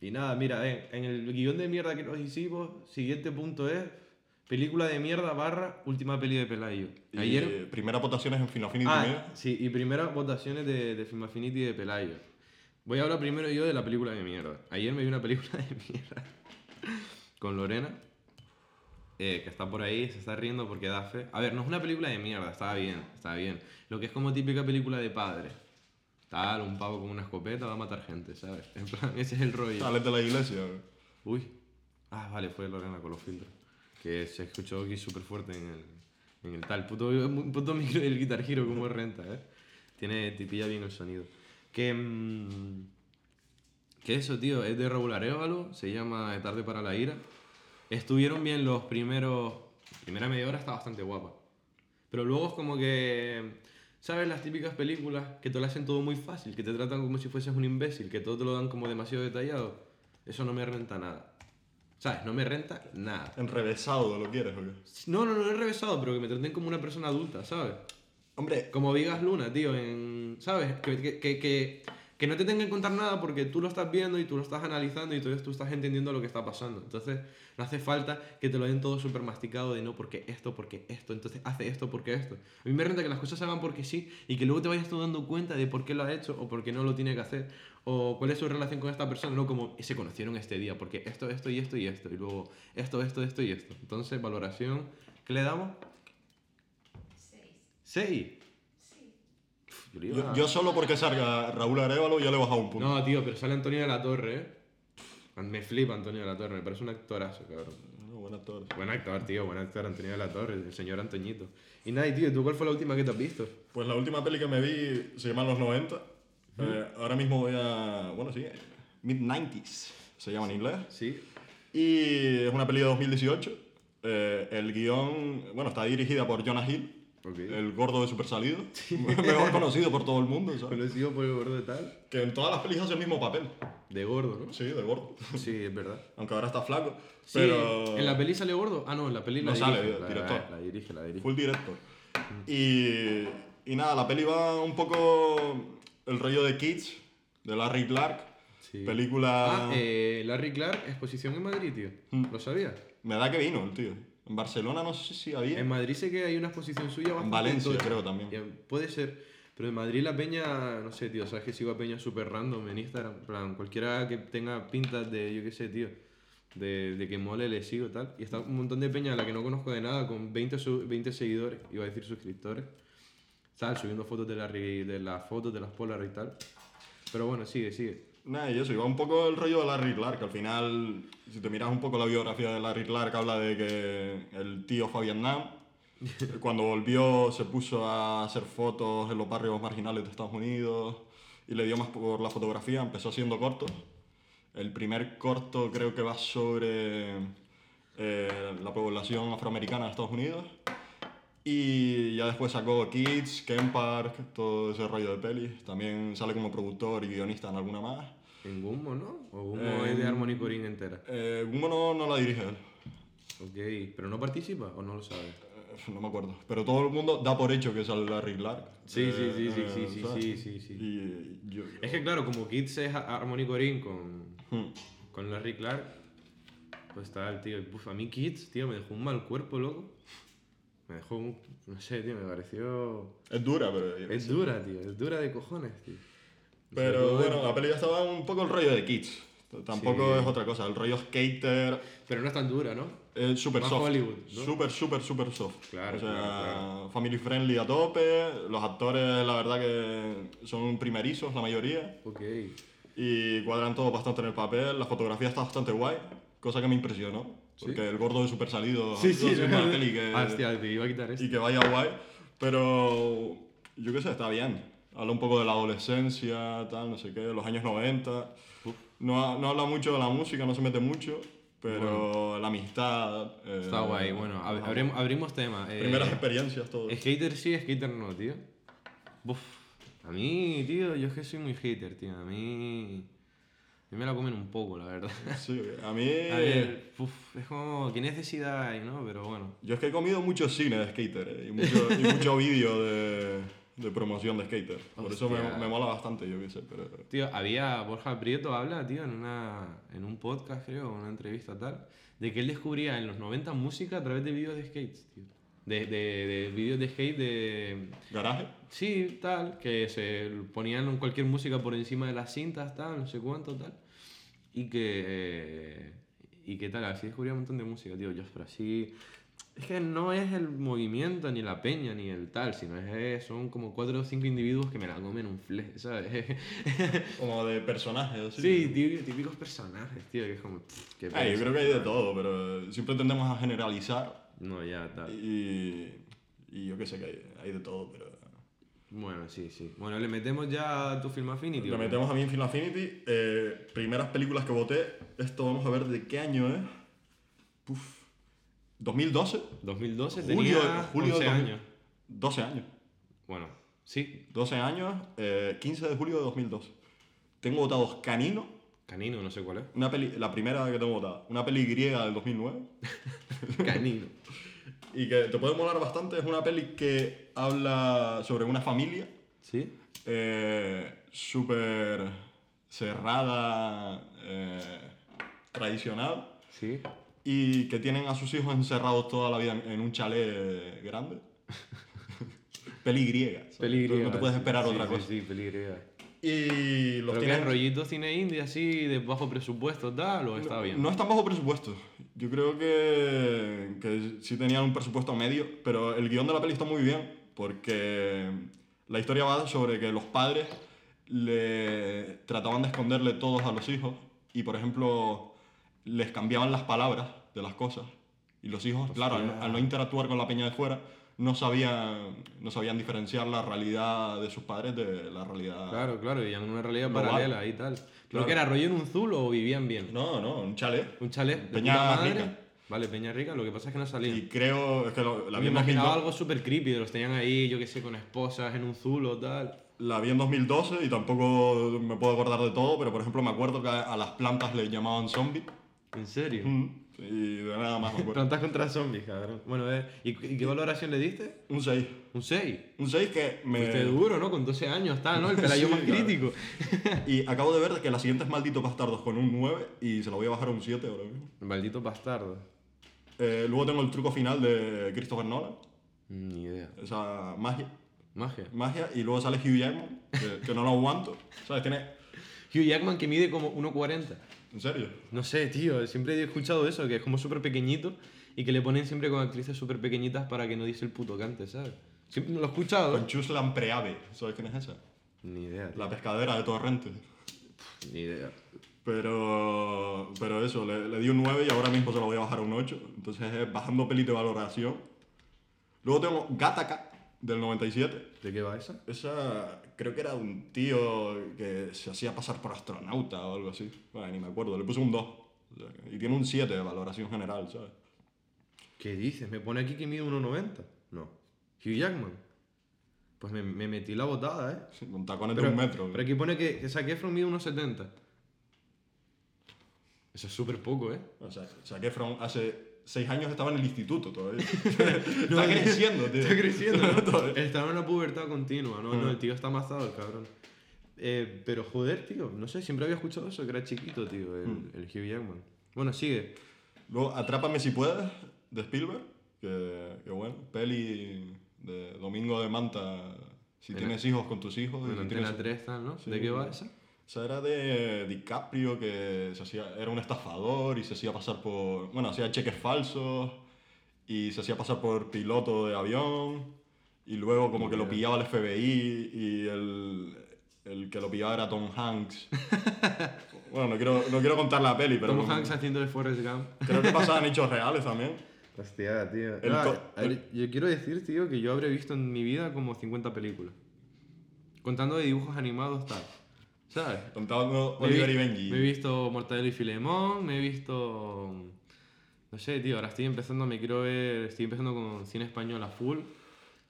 B: Y nada, mira, eh, en el guión de mierda que nos hicimos, siguiente punto es película de mierda barra última peli de Pelayo.
C: Y, eh,
B: Ayer...
C: primeras votaciones en Final Fantasy
B: Ah, sí, y primeras votaciones de, de Film Affinity de Pelayo. Voy a hablar primero yo de la película de mierda. Ayer me vi una película de mierda con Lorena, eh, que está por ahí, se está riendo porque da fe. A ver, no es una película de mierda, está bien, está bien. Lo que es como típica película de padre. Tal, un pavo con una escopeta va a matar gente, ¿sabes? En plan, ese es el rollo.
C: Sales de la iglesia.
B: Uy. Ah, vale, fue Lorena con los filtros. Que se escuchó aquí súper fuerte en el, en el tal. Puto, puto micro del Guitar Hero como renta, ¿eh? Tiene, te pilla bien el sonido. Que... mm, que eso, tío, es de Raúl Arevalo, se llama De Tarde para la Ira. Estuvieron bien los primeros... Primera media hora está bastante guapa. Pero luego es como que... ¿Sabes las típicas películas que te lo hacen todo muy fácil? Que te tratan como si fueses un imbécil, que todo te lo dan como demasiado detallado. Eso no me renta nada. ¿Sabes? No me renta nada.
C: Enrevesado, ¿lo quieres o qué?
B: No, no, no, he revesado, pero que me traten como una persona adulta, ¿sabes?
C: Hombre,
B: Como Vigas Luna, tío, en... ¿Sabes? Que, que, que, que- que no te tengan que contar nada porque tú lo estás viendo y tú lo estás analizando y tú, tú estás entendiendo lo que está pasando. Entonces, no hace falta que te lo den todo súper masticado de no porque esto, porque esto, entonces hace esto, porque esto. A mí me renta que las cosas se hagan porque sí y que luego te vayas tú dando cuenta de por qué lo ha hecho o por qué no lo tiene que hacer o cuál es su relación con esta persona. No como se conocieron este día porque esto, esto y esto y esto y luego esto, esto, esto y esto. Entonces, valoración, ¿qué le damos? 6. ¿6? Yo le iba
C: yo,
B: a-
C: yo solo porque salga Raúl Arevalo ya le he bajado un punto.
B: no, tío, pero sale Antonio de la Torre, ¿eh? Me flipa Antonio de la Torre, me parece un actorazo, cabrón.
C: No, buen actor.
B: Buen actor, tío, buen actor Antonio de la Torre, el señor Antoñito. Y nada, y tío, ¿tú cuál fue la última que te has visto?
C: Pues la última peli que me vi se llama Los 90. Eh, ahora mismo voy a. Bueno, sí, Mid-90s se llama en inglés.
B: Sí.
C: Y es una peli de 2018. Eh, el guión, bueno, está dirigida por Jonah Hill,
B: Ok.
C: el gordo de Super Salido, mejor conocido por todo el mundo, ¿sabes?
B: Conocido por el gordo de tal.
C: Que en todas las pelis hace el mismo papel.
B: De gordo, ¿no?
C: Sí, de gordo.
B: Sí, es verdad.
C: Aunque ahora está flaco.
B: Sí,
C: pero
B: ¿en la peli sale gordo? Ah, no, en la peli
C: No
B: la
C: sale,
B: dirige, la-
C: director.
B: La, la dirige, la dirige.
C: Full director. Y, y nada, la peli va un poco el rollo de Kids, de Larry Clark.
B: Sí.
C: Película...
B: Ah, eh, Larry Clark, exposición en Madrid, tío. ¿Lo sabías?
C: Me da que vino el tío. En Barcelona no sé si había.
B: En Madrid sé que hay una exposición suya bastante.
C: Valencia,
B: tocha.
C: creo, también.
B: Ya, Puede ser. Pero en Madrid la peña, no sé, tío, sabes que sigo a peña súper random en Instagram. en plan, cualquiera que tenga pintas de, yo qué sé, tío, de, de que mole le sigo tal. Y está un montón de peña a la que no conozco de nada, con 20, su- 20 seguidores, iba a decir suscriptores. Tal, subiendo fotos de, la, re- de las fotos de las Polaroid y tal. Pero bueno, sigue, sigue.
C: Nada, y eso, iba un poco el rollo de Larry Clark. Al final, si te miras un poco la biografía de Larry Clark, habla de que el tío fue a Vietnam. Cuando volvió, se puso a hacer fotos en los barrios marginales de Estados Unidos y le dio más por la fotografía. Empezó haciendo cortos. El primer corto creo que va sobre eh, la población afroamericana de Estados Unidos. Y ya después sacó Kids, Ken Park, todo ese rollo de pelis. También sale como productor y guionista en alguna más.
B: En Gummo, ¿no? O Gummo es de Harmony Corín entera.
C: Eh, Gummo no, no la dirige él,
B: Ok, pero no participa o no lo sabes.
C: Eh, no me acuerdo. Pero todo el mundo da por hecho que sale Larry Clark.
B: Sí, sí, sí, sí,
C: Eh,
B: sí, sí,
C: ¿sabes?
B: sí, sí, sí.
C: Y eh, yo-
B: Es que claro, como Kids es a- Harmony Corín con,
C: Hmm.
B: con Larry Clark, pues tal, tío. Y, Uf, a mí Kids, tío, me dejó un mal cuerpo, loco. Me dejó un... No sé, tío, me pareció...
C: Es dura, pero...
B: Es dura, tío. Es dura de cojones, tío. Sobre
C: Pero
B: todo en-
C: bueno, la peli ya estaba un poco el rollo de Kids. T- Tampoco
B: Sí.
C: es otra cosa. El rollo skater
B: Pero no es tan dura, ¿no?
C: es súper
B: Más
C: soft.
B: Hollywood, ¿no?
C: Súper, súper, súper soft.
B: Claro,
C: o sea,
B: claro, claro.
C: family friendly a tope. Los actores, la verdad que son primerizos, la mayoría.
B: Ok.
C: Y cuadran todo bastante en el papel. La fotografía está bastante guay, cosa que me impresionó. Porque el gordo de super salido una peli que,
B: Ah, Hostia, te iba a quitar esto.
C: eh. y que vaya guay. Pero yo qué sé, está bien. Habla un poco de la adolescencia, tal, no sé qué, los años 90. No, ha- no habla mucho de la música, no se mete mucho. Pero la amistad. eh,
B: Está guay. Bueno, ab-
C: ajá.
B: abrimos, abrimos tema. Eh,
C: Primeras experiencias, todo.
B: Skater sí, skater no, tío. Buf. A mí, tío, yo es que soy muy hater, tío. A mí. mí me la comen un poco, la verdad.
C: Sí, a mí...
B: A ver, uf, es como, ¿qué necesidad hay, no? Pero bueno.
C: Yo es que he comido mucho cine de skater eh, y mucho, y mucho vídeo de, de promoción de skater. Por eso me,
B: Hostia.
C: me mola bastante, yo qué sé. Pero...
B: Tío, había Borja Prieto habla, tío, en, una, en un podcast, creo, una entrevista tal, de que él descubría en los 90 música a través de vídeos de skates, tío. De, de, de vídeos de skate de...
C: ¿Garaje?
B: Sí, tal, que se ponían cualquier música por encima de las cintas, tal, no sé cuánto, tal. Y que... eh, y que tal, así descubría un montón de música, tío. Yo, pero así... Es que no es el movimiento, ni la peña, ni el tal, sino es, eh, son como cuatro o cinco individuos que me la comen un fle, ¿sabes?
C: Como de personajes, así.
B: Sí, tío, típicos personajes, tío, que es como. pff, qué
C: Ay, Ah, yo
B: pereza.
C: creo que hay de todo, pero siempre tendemos a generalizar
B: No, ya, tal.
C: y, y yo qué sé que hay, hay de todo, pero...
B: Bueno, sí, sí. Bueno, le metemos ya a tu Film Affinity.
C: Lo
B: ¿o qué?
C: metemos a mí en Film Affinity. eh, primeras películas que voté. Esto vamos a ver de qué año es. Puf. 2012.
B: 2012
C: Julio,
B: tenía
C: julio
B: 11
C: de 2000.
B: años.
C: 12 años.
B: Bueno, sí.
C: 12 años, eh, 15 de julio de 2002. Tengo votados Canino,
B: Canino, no sé cuál es.
C: una peli, la primera que tengo votada, una peli griega del 2009,
B: Canino.
C: y que te puede molar bastante. Es una peli que habla sobre una familia
B: ¿Sí?
C: eh, súper cerrada, eh, tradicional,
B: Sí.
C: y que tienen a sus hijos encerrados toda la vida en, en un chalet grande. peli griega. ¿sabes?
B: Peligro.
C: No te puedes esperar otra cosa.
B: Sí, sí, peligro.
C: Y los
B: ¿Pero qué,
C: tienen
B: rollito cine indie así, de bajo presupuesto, tal, o está bien?
C: No es tan bajo presupuesto. Yo creo que, que sí tenían un presupuesto medio, pero el guión de la peli está muy bien, porque la historia va sobre que los padres le trataban de esconderle todos a los hijos y, por ejemplo, les cambiaban las palabras de las cosas. Y los hijos, claro, al, al no interactuar con la peña de fuera, no sabían, no sabían diferenciar la realidad de sus padres de la realidad.
B: Claro, claro, y en una realidad
C: No
B: paralela
C: vale.
B: y tal. ¿Pero
C: Claro.
B: que era rollo en un zulo o vivían bien?
C: No, no, un chalet.
B: Un chalet de
C: Peña
B: puta madre.
C: Rica.
B: Vale, Peña Rica, lo que pasa es que no salía.
C: Y creo, es que lo- la
B: Me
C: vi en 2002.
B: imaginaba algo súper creepy, los tenían ahí, yo qué sé, con esposas en un zulo, tal.
C: La vi en 2012 y tampoco me puedo acordar de todo, pero por ejemplo me acuerdo que a a las plantas le llamaban zombie.
B: ¿En serio?
C: Mm, Y de nada más me acuerdo.
B: Plantas contra zombies, cabrón. Bueno, eh, ¿y, y qué valoración le diste?
C: Un 6.
B: Un 6.
C: Un 6 que
B: Fuiste
C: me...
B: duro, ¿no? Con 12 años, tal, ¿no? El pelayo
C: Sí,
B: más
C: claro.
B: crítico.
C: Y acabo de ver que la siguiente es Malditos Bastardos con un 9 y se la voy a bajar a un 7 ahora mismo.
B: Maldito bastardo.
C: Eh, luego tengo el truco final de Christopher Nolan,
B: Mm, Ni idea.
C: esa magia.
B: Magia.
C: magia y luego sale Hugh Jackman, que, que no lo aguanto. ¿Sabes? Tiene...
B: Hugh Jackman que mide como 1,40.
C: En serio.
B: No sé, tío, siempre he escuchado eso, que es como súper pequeñito y que le ponen siempre con actrices súper pequeñitas para que no dice el puto cante, ¿sabes? Siempre lo he
C: Con
B: escuchado.
C: Chus Lampreave. ¿Sabes quién es esa?
B: Ni idea, tío.
C: La pescadera de Torrente.
B: Ni idea.
C: Pero, pero eso, le, le di un 9 y ahora mismo se lo voy a bajar a un 8. Entonces es bajando pelis de valoración. Luego tengo Gattaca del 97.
B: ¿De qué va esa?
C: Esa creo que era un tío que se hacía pasar por astronauta o algo así. Bueno, ni me acuerdo, le puse un 2. O sea, y tiene un 7 de valoración general, ¿sabes?
B: ¿Qué dices? Me pone aquí que mide 1,90. No. Hugh Jackman. Pues me, me metí la botada, ¿eh?
C: Sí, Con tacones de un metro.
B: pero aquí pone que, que Zac Efron mide 1,70. Eso es súper poco, ¿eh?
C: O sea, Zac Efron hace 6 años estaba en el instituto todavía. está creciendo, tío.
B: Está creciendo, ¿no?
C: Todavía. Mm.
B: Está en una pubertad continua, ¿no? No, el tío está amasado, el cabrón. Eh, pero joder, tío, no sé, siempre había escuchado eso, que era chiquito, tío, el,
C: Mm.
B: el Hugh Jackman. Bueno, sigue.
C: Luego, Atrápame si puedes, de Spielberg. Que, que bueno, peli de Domingo de Manta. Si
B: En-
C: tienes hijos con tus hijos.
B: Bueno,
C: y si
B: Antena
C: tienes-
B: 3 tal, ¿no?
C: Sí.
B: ¿De qué va esa?
C: O sea, era de DiCaprio que se hacía, era un estafador y se hacía pasar por. Bueno, hacía cheques falsos y se hacía pasar por piloto de avión. Y luego, como que lo pillaba el FBI y el, el que lo pillaba era Tom Hanks. bueno, no quiero, no quiero contar la peli, pero.
B: Tom Hanks haciendo de Forrest Gump.
C: Creo que pasaban hechos reales también.
B: Hostia, tío.
C: El
B: Ah,
C: co-
B: a ver, Yo quiero decir, tío, que yo habré visto en mi vida como 50 películas. Contando de dibujos animados, tal. ¿Sabes?
C: Contando
B: Me vi-
C: Oliver y Benji.
B: Me he visto Mortadelo y Filemón, me he visto... No sé, tío, ahora estoy empezando, me quiero ver... Estoy empezando con cine español a full.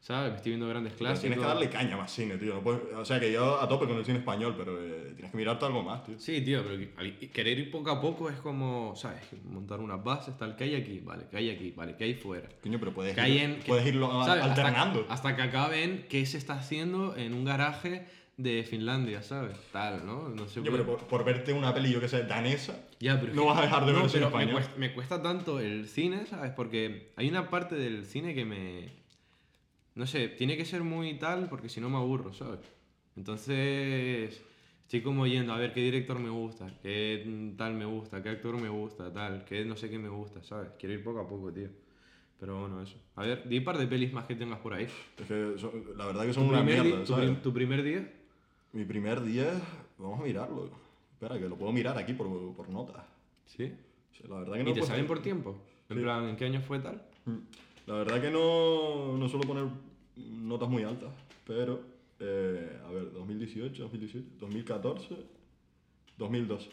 B: ¿Sabes? Me estoy viendo grandes
C: Pero
B: clásicos.
C: Tienes que darle caña más cine, tío. no puedes- o sea, que yo a tope con el cine español, pero eh, tienes que mirarte algo más, tío.
B: Sí, tío, pero que- al- querer ir poco a poco es como, ¿sabes? Montar unas bases, tal, que hay aquí, vale, que hay aquí, vale, que hay fuera.
C: Coño, pero puedes,
B: Que hay
C: ir-
B: en- que-
C: puedes irlo a-
B: ¿sabes? Hasta-
C: alternando.
B: Hasta, que acaben qué se está haciendo en un garaje de Finlandia, ¿sabes? Tal, ¿no? No sé
C: Yo,
B: qué.
C: pero por, por verte una peli, yo que sé, danesa,
B: Ya, pero es
C: no
B: que-
C: vas a dejar de
B: no,
C: ver cine
B: pero me
C: español.
B: cuesta, me cuesta tanto el cine, ¿sabes? Porque hay una parte del cine que me... No sé, tiene que ser muy tal porque si no me aburro, ¿sabes? Entonces estoy como yendo a ver qué director me gusta, qué mm, tal me gusta, qué actor me gusta, tal, qué no sé qué me gusta, ¿sabes? Quiero ir poco a poco, tío. Pero bueno, eso. A ver, di un par de pelis más que tengas por ahí.
C: Es que son- la verdad que son
B: Tu
C: una
B: primer, di-
C: mierda,
B: tu, prim-
C: ¿sabes?
B: tu primer día,
C: Mi primer día, vamos a mirarlo. Espera, que lo puedo mirar aquí por, por notas.
B: ¿sí?
C: O sea, La verdad que no
B: ¿Y te
C: puedo-
B: salen por tiempo? En plan, ¿en qué año fue tal?
C: Mm. La verdad que no, no suelo poner notas muy altas, pero, eh, a ver, 2018, 2017, 2014, 2012.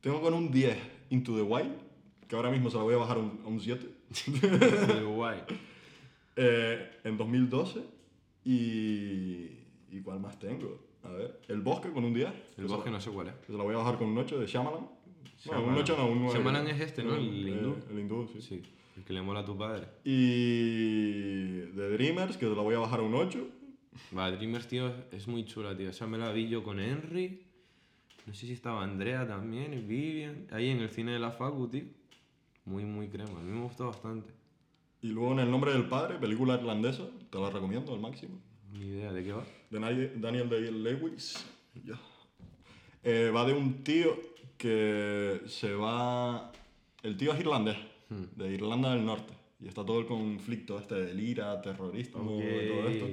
C: Tengo con un 10 Into the Wild, que ahora mismo se la voy a bajar a un, a un 7,
B: De guay.
C: eh, en 2012, y, ¿y cuál más tengo? A ver, El Bosque con un 10.
B: El bosque no sé cuál es.
C: Se la voy a bajar con un 8 de Shyamalan. No,
B: Shyamalan.
C: un 8 no, un 9.
B: Shyamalan es este, ¿no? El
C: eh,
B: hindú.
C: el hindú, sí.
B: Sí, el que le mola a tu padre.
C: Y The Dreamers, que se la voy a bajar a un 8.
B: Va, Dreamers, tío, es muy chula, tío. Esa me la vi yo con Henry. No sé si estaba Andrea también, y Vivian. Ahí en el cine de la Facu, tío. Muy, muy crema. A mí me gustó bastante.
C: Y luego en El nombre del padre, película irlandesa, te la recomiendo al máximo.
B: Ni idea de qué va.
C: De Nai- Daniel Day-Lewis. Ya. Eh, va de un tío que se va... El tío es irlandés, de Irlanda del Norte. Y está todo el conflicto este del IRA, terrorismo y todo esto.
B: Ok.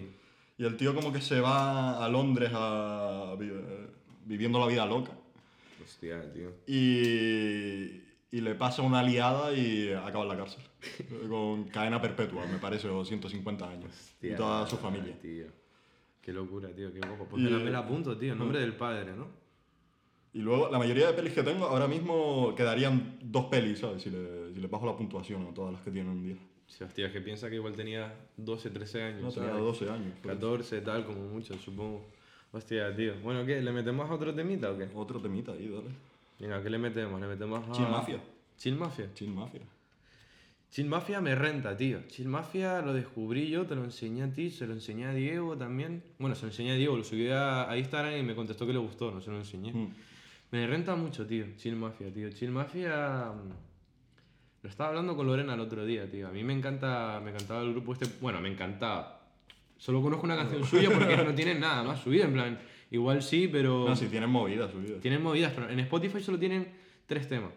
C: Y el tío como que se va a Londres a vi- eh, viviendo la vida loca.
B: Hostia, tío.
C: Y, y le pasa una liada y acaba en la cárcel. Con cadena perpetua, me parece, o 150 años. y toda su familia.
B: Tío. Qué locura, tío, qué guapo. Pues me la,
C: Y-
B: me la apunto, tío. Nombre del padre, ¿no?
C: Y luego, la mayoría de pelis que tengo, ahora mismo quedarían dos pelis, ¿sabes? Si le, si le bajo la puntuación a todas las que tienen un día.
B: Sebastián, es que piensa que igual tenía 12, 13 años.
C: No, tenía
B: ¿sabes?
C: 12 años. pues. pero-
B: 14, tal, como mucho, supongo. Hostia, tío. Bueno, ¿qué? ¿Le metemos a otro temita o qué?
C: Otro temita ahí, dale.
B: Venga, ¿qué le metemos? Le metemos a...
C: Chill Mafia.
B: Chill Mafia.
C: Chin Mafia.
B: Chill Mafia me renta, tío. Chill Mafia lo descubrí yo, te lo enseñé a ti, se lo enseñé a Diego también. Bueno, se lo enseñé a Diego, lo subí a, a Instagram y me contestó que le gustó, no se lo enseñé.
C: Mm.
B: Me renta mucho, tío. Chill Mafia, tío. Chill Mafia... mm, Lo estaba hablando con Lorena el otro día, tío. A mí me encanta, me encantaba el grupo este... Bueno, me encantaba. Solo conozco una canción suya porque no tienen nada más subida, en plan... Igual sí, pero...
C: No, si tienen movidas su vida.
B: Tienen movidas, pero en Spotify solo tienen tres temas,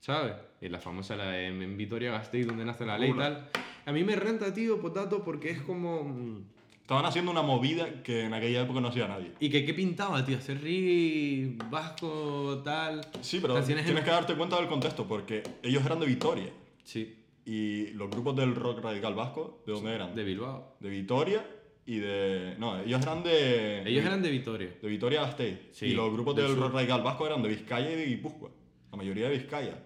B: ¿sabes? Y la famosa, la de en Vitoria Gasteiz, donde nace la ley y
C: Hola.
B: tal. A mí me renta, tío, Potato, porque es como... mm,
C: Estaban haciendo una movida que en aquella época no hacía nadie.
B: Y que qué pintaba, tío, hacer reggae, vasco, tal...
C: Sí, pero
B: Canciones
C: tienes
B: en-
C: que darte cuenta del contexto, porque ellos eran de Vitoria.
B: Sí,
C: Y los grupos del rock radical vasco, ¿de dónde eran?
B: de Bilbao.
C: de Vitoria y de. No, ellos eran de.
B: Ellos eran de Vitoria.
C: De Vitoria Gasteiz.
B: Sí,
C: y los grupos
B: del
C: del,
B: sur.
C: rock radical vasco eran de Vizcaya y de Guipúzcoa. La mayoría de Vizcaya.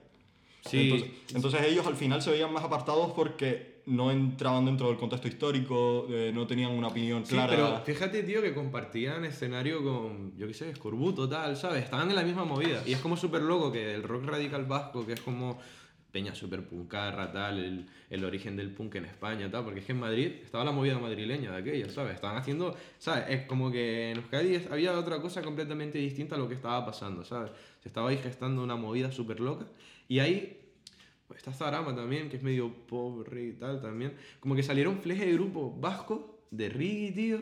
B: Sí,
C: Entonces, entonces ellos al final se veían más apartados porque no entraban dentro del contexto histórico, eh, no tenían una opinión
B: Sí,
C: clara.
B: pero fíjate, tío, que compartían escenario con, yo qué sé, Escorbuto, tal, ¿sabes? Estaban en la misma movida. Y es como súper loco que el rock radical vasco, que es como peña súper puncarra, tal, el, el origen del punk en España, tal, porque es que en Madrid estaba la movida madrileña de aquella, ¿sabes? Estaban haciendo, ¿sabes? Es como que en Euskadi es- había otra cosa completamente distinta a lo que estaba pasando, ¿sabes? Se estaba ahí gestando una movida súper loca. Y ahí pues está Zarama también, que es medio pobre y tal también. Como que salieron fleje de grupo vasco, de reggae, tío.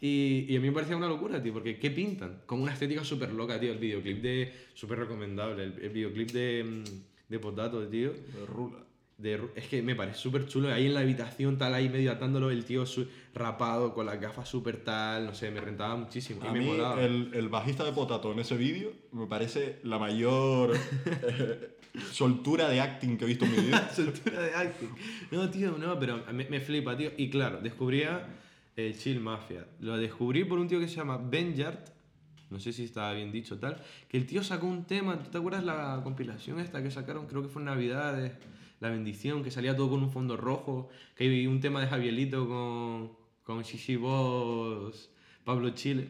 B: Y, y a mí me parecía una locura, tío, porque ¿qué pintan? Con una estética súper loca, tío. El videoclip de... Súper recomendable. El, el videoclip de... mm, De Potato, tío.
C: De Rula.
B: De Ru- es que me parece súper chulo. Ahí en la habitación, tal, ahí medio atándolo, el tío su- rapado, con las gafas súper tal. No sé, me rentaba muchísimo. Y
C: A
B: me
C: mí,
B: molaba.
C: el, el bajista de Potato en ese vídeo me parece la mayor eh, soltura de acting que he visto en mi vida.
B: soltura de acting. No, tío, no, pero me, me flipa, tío. Y claro, descubría el Chill Mafia. Lo descubrí por un tío que se llama Ben Yard. No sé si estaba bien dicho tal. Que el tío sacó un tema. ¿Tú te acuerdas la compilación esta que sacaron? Creo que fue en Navidades. La bendición, que salía todo con un fondo rojo, que hay un tema de Javielito con, con Shishi Boss, Pablo Chile,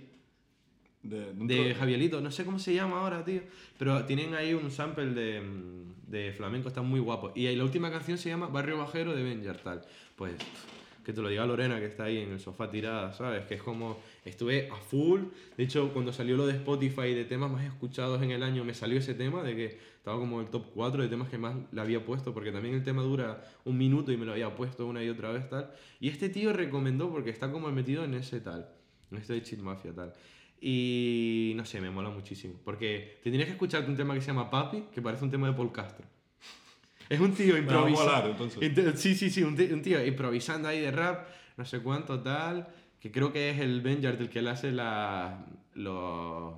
C: De, un
B: de
C: pro-
B: Javielito, no sé cómo se llama ahora, tío, pero tienen ahí un sample de, mm, de flamenco, está muy guapo. Y ahí la última canción se llama Barrio Bajero de Ben Yartal. Pues pff, que te lo diga Lorena, que está ahí en el sofá tirada, ¿sabes? Que es como, estuve a full. De hecho, cuando salió lo de Spotify de temas más escuchados en el año, me salió ese tema de que estaba como en el top 4 de temas que más le había puesto, porque también el tema dura un minuto y me lo había puesto una y otra vez, tal. Y este tío recomendó porque está como metido en ese tal. No estoy de Chill Mafia, tal. Y no sé, me mola muchísimo. Porque te tienes que escuchar un tema que se llama Papi, que parece un tema de Paul Castro. Es un tío
C: va a molar,
B: improvisando.
C: entonces.
B: Ent- Sí, sí, sí, un ti- un tío, improvisando ahí de rap, no sé cuánto, tal. Que creo que es el Benjart el que le hace la, los,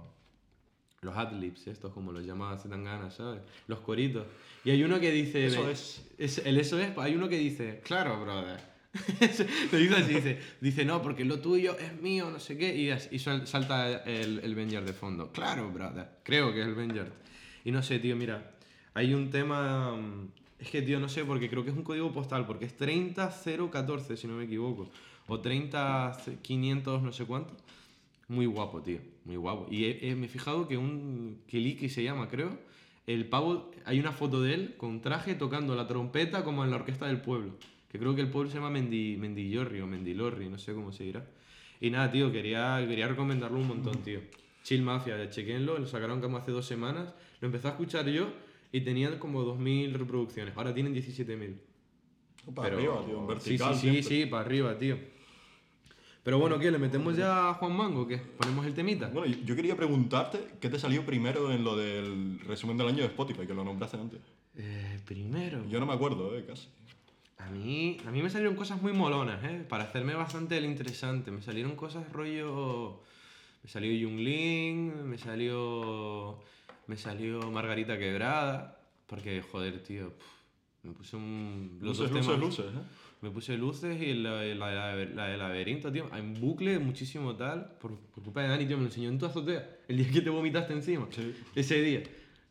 B: los adlibs, estos como los llamaba Zetangana, ¿sabes? Los coritos. Y hay uno que dice...
C: Eso
B: ve-
C: es.
B: El eso es, hay uno que dice, claro, brother. Lo dice así, dice, dice, no, porque lo tuyo es mío, no sé qué. Y, as- y sal- salta el, el Benjart de fondo. Claro, brother. Creo que es el Benjart. Y no sé, tío, mira. Hay un tema... mm, Es que, tío, no sé, porque creo que es un código postal, porque es 30014, si no me equivoco. O 30500, no sé cuánto. Muy guapo, tío. Muy guapo. Y he- he- me he fijado que un Kiliki se llama, creo. El pavo, hay una foto de él con traje tocando la trompeta como en la orquesta del pueblo. Que creo que el pueblo se llama Mendi, Mendillorri o Mendilorri, no sé cómo se dirá. Y nada, tío, quería, quería recomendarlo un montón, tío. Chill Mafia, chequenlo, lo sacaron como hace dos semanas. Lo empecé a escuchar yo y tenían como 2.000 reproducciones. Ahora tienen 17.000.
C: Para
B: Pero-
C: arriba, tío, en vertical.
B: Sí, sí, sí,
C: siempre.
B: sí, para arriba, tío. Pero bueno, ¿qué? ¿Le metemos ya a Juan Mango? ¿Qué? ¿Ponemos el temita?
C: Bueno, yo- yo quería preguntarte qué te salió primero en lo del resumen del año de Spotify, que lo nombraste antes.
B: Eh, primero.
C: Yo no me acuerdo, eh, casi.
B: A mí, a mí me salieron cosas muy molonas, ¿eh? Para hacerme bastante el interesante. Me salieron cosas rollo... Me salió Jungling, me salió... Me salió Margarita Quebrada. Porque, joder, tío, pf, me puse un... los dos
C: Luces, luces,
B: temas-
C: luces, eh.
B: Me puse luces y la, de- la, de- la de laberinto, tío. En bucle, muchísimo tal. Por, por culpa de Dani, tío, me lo enseñó en tu azotea. El día que te vomitaste encima.
C: ¿eh? Sí.
B: Ese día.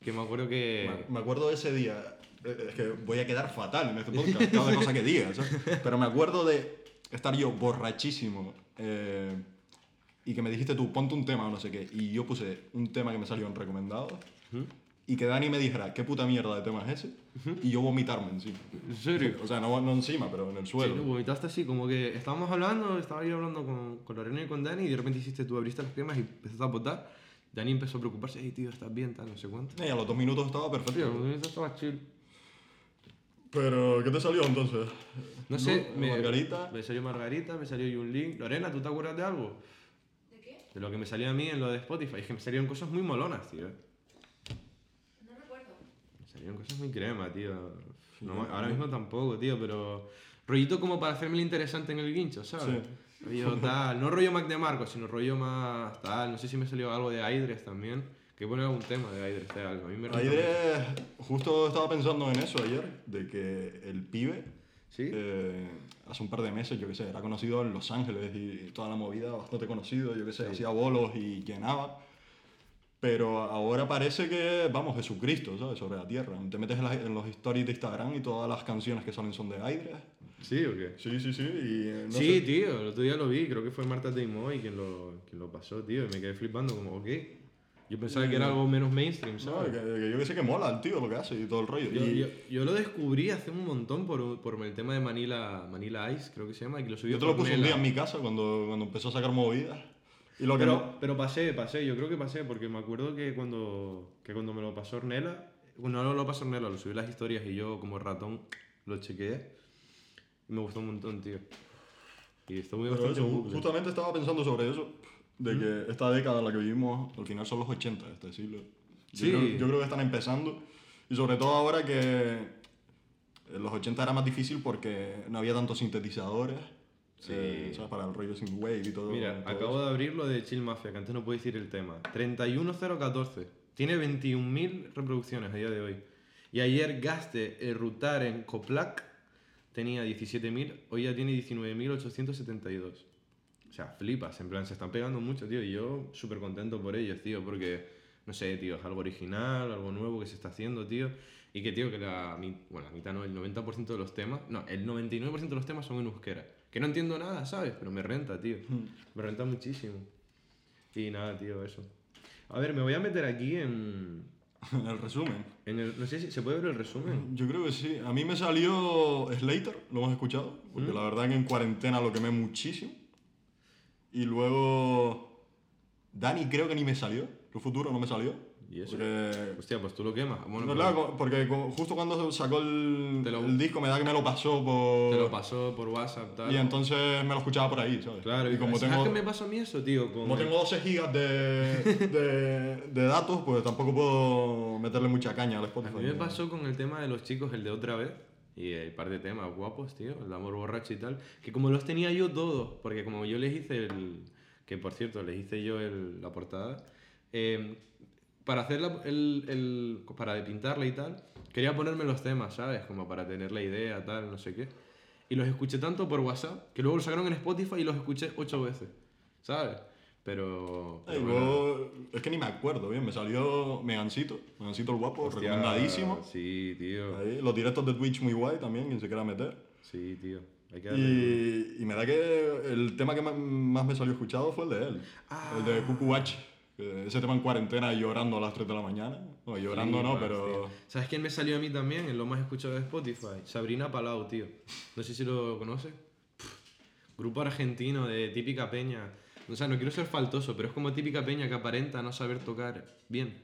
B: Que me acuerdo que.
C: Me- Me acuerdo de ese día. eh, Es que voy a quedar fatal en este podcast, cada cosa que diga. ¿sabes? Pero me acuerdo de estar yo borrachísimo eh, y que me dijiste tú, ponte un tema o no sé qué. Y yo puse un tema que me salió en recomendado. Y que Dani me dijera, ¿qué puta mierda de tema es ese? Y yo vomitarme encima.
B: ¿En serio?
C: O sea, no, no encima, pero en el
B: Sí,
C: suelo.
B: lo vomitaste así, como que estábamos hablando, estaba yo hablando con, con Lorena y con Dani, y de repente hiciste tú, abriste las piernas y empezaste a botar. Dani empezó a preocuparse, hey tío, estás bien, tal, no sé cuánto.
C: Y a los dos minutos estaba
B: Tío,
C: perfecto.
B: eso estaba chill.
C: Pero, ¿qué te salió entonces?
B: No sé,
C: Lu- Margarita.
B: Me salió Margarita, me salió Yun Link. Lorena, ¿tú te acuerdas de algo?
E: ¿De qué?
B: De lo que me salió a mí en lo de Spotify. Es que me salieron cosas muy molonas, tío.
E: No recuerdo.
B: Me salieron cosas muy crema, tío. No, ahora mismo tampoco, tío, pero. Rollito como para hacerme el interesante en el guincho, ¿sabes? Rollo tal. No rollo Mac de Marco, sino rollo más tal. No sé si me salió algo de Aidres también. Que pone algún tema de Aidres, de algo. A mí me renta mucho.
C: Ayer justo estaba pensando en eso ayer, de que el pibe
B: ¿Sí?
C: eh, hace un par de meses, yo qué sé, era conocido en Los Ángeles y toda la movida, bastante conocido, yo qué sé, hacía bolos y llenaba. Pero ahora parece que, vamos, Jesucristo, ¿sabes? Sobre la tierra. Te metes en, las- en los stories de Instagram y todas las canciones que salen son de aire.
B: ¿Sí o qué?
C: Sí, sí, sí. Y, eh, no
B: sí,
C: sé.
B: tío, el otro día lo vi, creo que fue Marta Teimoy quien lo, quien lo pasó, tío, y me quedé flipando como, ok. Yo pensaba que era algo menos mainstream,
C: Mm. No,
B: ¿sabes?
C: que- que yo qué sé que mola el tío lo que hace y todo el rollo.
B: Yo,
C: y
B: yo, yo lo descubrí hace un montón por, por el tema de Manila, Manila Ice, creo que se llama, y que lo subí
C: yo te lo puse un día en mi casa cuando, cuando empezó a sacar movidas. Y lo que no-
B: Pero, pero pasé, pasé, yo creo que pasé, porque me acuerdo que cuando, que cuando me lo pasó Ornella, bueno, no lo pasó Ornella, lo subí en las historias y yo como ratón lo chequeé. Y me gustó un montón, tío. Y está muy
C: Pero
B: bastante
C: eso,
B: en
C: ju-
B: bucle.
C: justamente estaba pensando sobre eso, de que esta década en la que vivimos, al final son los 80 de este siglo. Yo,
B: Sí.
C: creo, yo creo que están empezando. Y sobre todo ahora que en los 80 era más difícil porque no había tantos sintetizadores. eh, ¿sabes? Para el rollo sin wave y todo.
B: Mira,
C: todo
B: acabo de abrir lo de Chill Mafia, que antes no puedo decir el tema. 31014. Tiene 21.000 reproducciones a día de hoy. Y ayer Gaste el Rutar en Coplac tenía 17.000, hoy ya tiene 19.872. O sea, flipas, en plan, se están pegando mucho, tío. Y yo súper contento por ellos, tío, porque, no sé, tío, es algo original, algo nuevo que se está haciendo, tío. Y que, tío, que la, mi- bueno, la mitad no, el 90% de los temas, no, el 99% de los temas son en euskera. Que no entiendo nada, ¿sabes? Pero me renta, tío.
C: Hmm.
B: Me renta muchísimo. Y nada, tío, eso. A ver, me voy a meter aquí en...
C: El resumen.
B: en el, no sé si se puede ver el resumen.
C: Yo creo que sí. A mí me salió Slater, lo hemos escuchado, porque
B: Mm.
C: la verdad que en cuarentena lo quemé muchísimo. Y luego Dani creo que ni me salió, tu futuro no me salió.
B: ¿Y eso?
C: Porque,
B: Hostia, pues tú lo quemas. Bueno,
C: No,
B: pero
C: claro, co- porque co- justo cuando sacó el,
B: Te lo-
C: el disco me da que me lo pasó por...
B: te lo pasó por WhatsApp, tal.
C: Y entonces me lo escuchaba por ahí, ¿sabes?
B: Claro,
C: y como
B: ¿sabes
C: tengo,
B: qué me pasó a mí eso, tío? Con
C: como
B: el-
C: tengo 12 gigas de, de, de datos, pues tampoco puedo meterle mucha caña al
B: A
C: Spotify.
B: mí me pasó con el tema de los chicos, el de otra vez, y el par de temas guapos, tío, el de amor borracho y tal, que como los tenía yo todos, porque como yo les hice el, que por cierto, les hice yo el- la portada, eh, para hacer la- el, el- para pintarla y tal, quería ponerme los temas, ¿sabes? Como para tener la idea, tal, no sé qué. Y los escuché tanto por WhatsApp, que luego los sacaron en Spotify y los escuché ocho veces, ¿sabes? Pero...
C: Y
B: pero bueno,
C: luego, es que ni me acuerdo bien, me salió Megancito, Megancito el guapo,
B: hostia,
C: recomendadísimo.
B: Sí, tío.
C: Ahí, los directos de Twitch muy guay también, quien se quiera meter.
B: Sí, tío. Hay que darle duro.
C: Y, y me da que el tema que ma- más me salió escuchado fue el de él,
B: Ah.
C: el de Cucuach. Ese tema en cuarentena y llorando a las 3 de la mañana. No, llorando no,
B: Flipas,
C: pero...
B: tío. ¿Sabes quién me salió a mí también? En lo más escuchado de Spotify. Sabrina Palau, tío. No sé si lo conoces. Pff, Grupo argentino de típica peña. O sea, no quiero ser faltoso, pero es como típica peña que aparenta no saber tocar bien.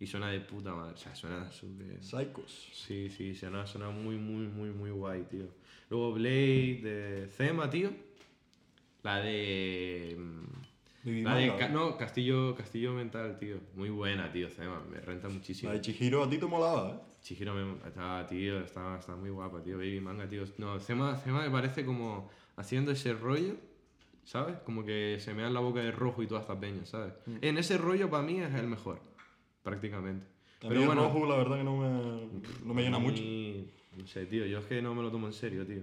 B: Y suena de puta madre. O sea, suena súper.
C: Psychos.
B: Sí, sí, suena, suena muy, muy, muy, muy guay, tío. Luego Blade de Zema, tío. La de. mm,
C: Baby
B: La de.
C: Manga.
B: Ca- No, Castillo, Castillo Mental, tío. Muy buena, tío, Zema. Me renta muchísimo.
C: La de Chihiro a ti te molaba, ¿eh?
B: Chihiro me, está, tío, está, está muy guapa, tío, Baby Manga, tío. No, Zema, Zema me parece como haciendo ese rollo, ¿sabes? Como que se me da la boca de rojo y toda esta peña, ¿sabes? En ese rollo para mí es el mejor, prácticamente.
C: También
B: Pero bueno, Mm.
C: Rojo, la verdad que no me, no me llena
B: a mí-
C: mucho.
B: No sé, tío, yo es que no me lo tomo en serio, tío.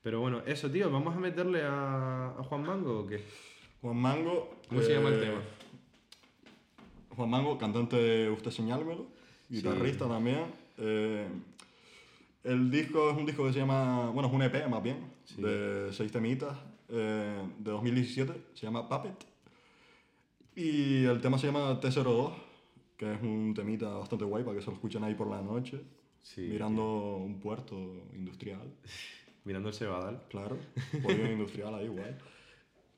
B: Pero bueno, eso, tío, ¿vamos a meterle a, a Juan Mango o qué?
C: Juan Mango...
B: ¿Cómo se llama el
C: eh,
B: tema?
C: Juan Mango, cantante de Usted Señálmelo, guitarrista también. Eh, el disco es un disco que se llama, bueno, es un EP más bien, de seis temitas, eh, de 2017, se llama Puppet. Y el tema se llama T02, que es un temita bastante guay para que se lo escuchen ahí por la noche,
B: Sí,
C: mirando un puerto industrial.
B: Mirando el Sebadal.
C: Claro, pollo industrial ahí, guay.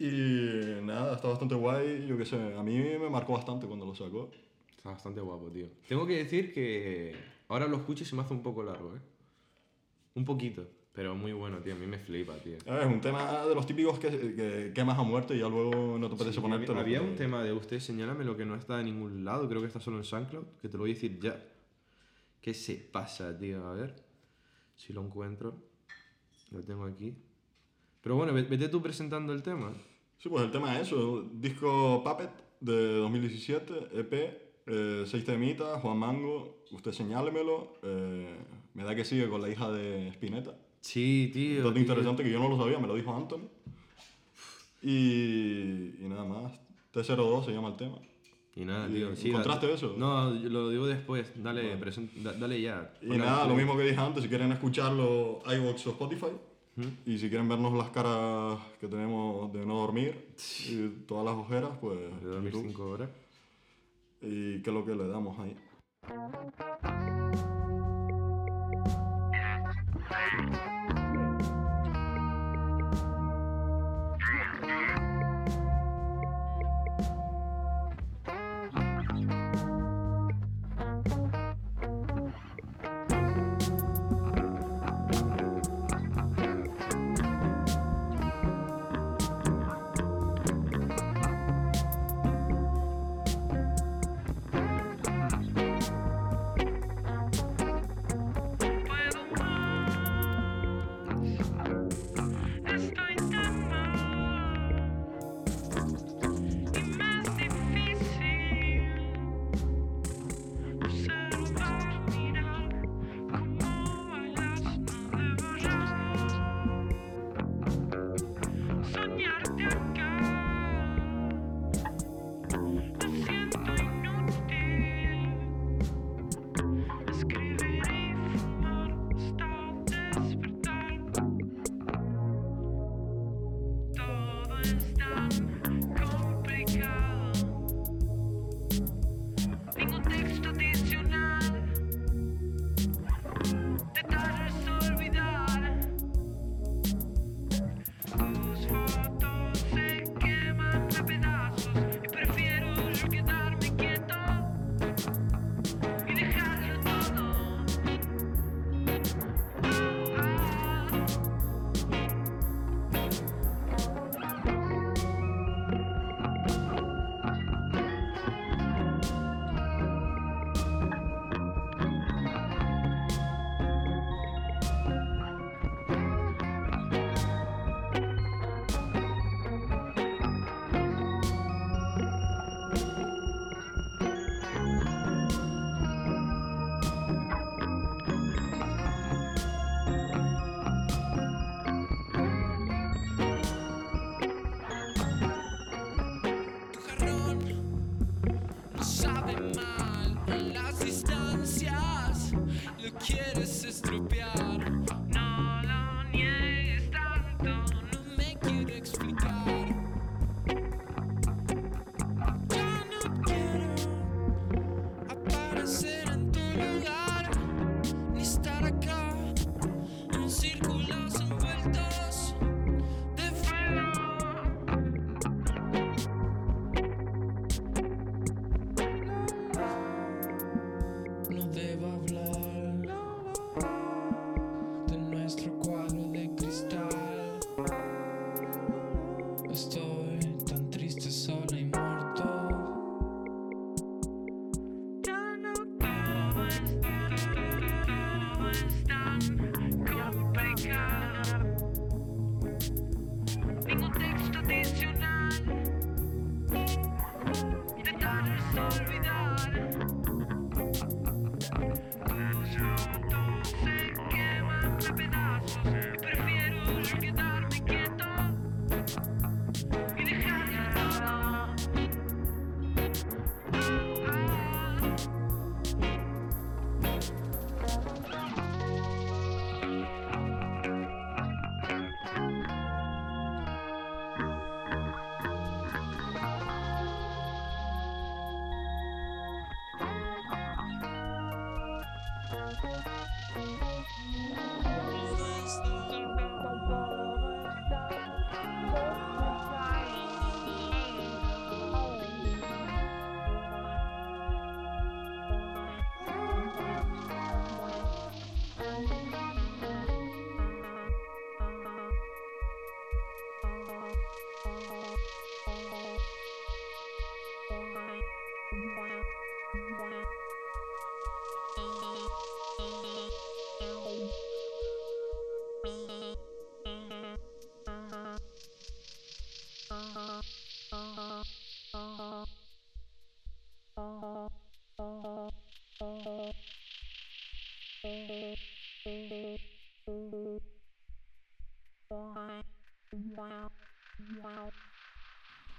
C: Y nada, está bastante guay, yo qué sé, a mí me marcó bastante cuando lo sacó.
B: Está bastante guapo, tío. Tengo que decir que ahora lo escucho y se me hace un poco largo, ¿eh? Un poquito, pero muy bueno, tío. A mí me flipa, tío.
C: A ver, Es un tema de los típicos que, que quemas a muerte y ya luego no te apetece
B: Sí,
C: ponerte
B: había un tema de usted, señálame lo que no está en ningún lado, creo que está solo en SoundCloud, que te lo voy a decir ya. ¿Qué se pasa, tío? A ver si lo encuentro. Lo tengo aquí. Pero bueno, ve- vete tú presentando el tema.
C: Sí, pues el tema es eso, disco Puppet de 2017, EP, E eh, seis temitas, Juan Mango, usted señálemelo, eh, me da que sigue con la hija de Spinetta.
B: Sí, tío.
C: Bastante
B: tío.
C: interesante que yo no lo sabía, me lo dijo Anthony. Y, y nada más, T02 se llama el tema.
B: Y nada,
C: ¿Y
B: tío. sí,
C: encontraste
B: dale-
C: eso?
B: No, yo lo digo después. Dale, presen- da- dale ya.
C: Y
B: Ponle
C: nada,
B: play.
C: lo mismo que dije antes, si quieren escucharlo, iVoox o Spotify. Y si quieren vernos las caras que tenemos de no dormir y todas las ojeras, pues
B: De dormir
C: YouTube.
B: cinco horas.
C: ¿Y qué es lo que le damos ahí?
F: despertar. Todo es tan complicado. Ningún texto adicional te tardas olvidar. Tus fotos se queman a pedazos y prefiero yo quedarme quieto y dejarlo todo.
G: Tu jarrón no sabe mal en las distancias, lo quieres estropear. No lo niegues tanto, no me quiero explicar. Ya no quiero aparecer en tu lugar, ni estar acá en círculos envueltos de fuego. No debo hablar de nuestro cuadro de cristal. Estoy tan triste, sola y muerto. Ya no todo es tan, todo es tan complicado. Ningún texto adicional. Intentar es olvidar. Juntos se queman a pedazos. Prefiero yo quedarme quieto y dejarlo todo.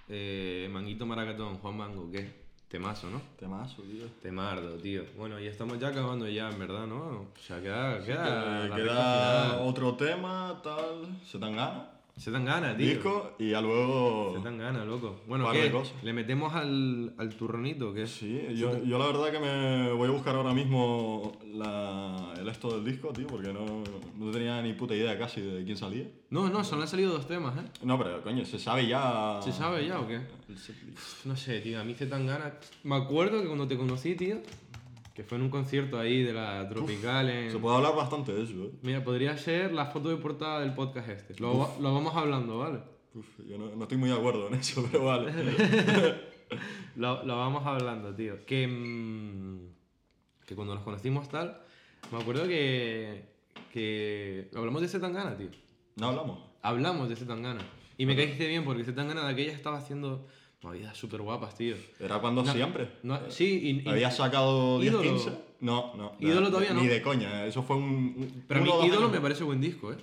B: Eh, Manguito Maracatón, Juan Mango, ¿qué? Temazo, ¿no?
C: Temazo, tío.
B: Temardo, tío. Bueno, ya estamos ya acabando ya, en verdad, ¿no? O sea, queda, queda,
C: Eh,
B: Ah, la recta
C: queda
B: final.
C: otro tema, tal. Se dan ganas.
B: Se dan ganas, tío.
C: Disco y ya
B: Se
C: luego.
B: dan ganas, loco. Bueno,
C: Par de
B: ¿qué?
C: cosas.
B: ¿Le metemos al, al turronito? ¿Qué?
C: Sí, yo, yo la verdad que me voy a buscar ahora mismo la, el esto del disco, tío, porque no, no tenía ni puta idea casi de quién salía.
B: No, no, solo han salido dos temas, ¿eh?
C: No, pero coño, se sabe ya.
B: ¿Se sabe ya o qué? No sé, tío, a mí se tan ganas. Me acuerdo que cuando te conocí, tío, que fue en un concierto ahí de la Tropical en...
C: Se puede hablar bastante de eso, eh.
B: Mira, podría ser la foto de portada del podcast este. Lo, va- lo vamos hablando, ¿vale?
C: Uf, yo no, no estoy muy de acuerdo en eso, pero vale.
B: Lo, lo vamos hablando, tío. Que, mm, que cuando nos conocimos tal, me acuerdo que, que hablamos de Zetangana, tío.
C: No hablamos.
B: Hablamos de Zetangana. Y me caíste bien porque Zetangana de aquella estaba haciendo movidas súper guapas, tío.
C: ¿Era cuando siempre?
B: No, sí, y, y-
C: ¿Había sacado 10,
B: Ídolo.
C: 15? No, no.
B: Ídolo todavía
C: ni
B: no.
C: de coña, ¿eh? eso fue un. un-
B: pero a mí
C: uno o dos
B: Ídolo
C: años.
B: me parece buen disco, ¿eh?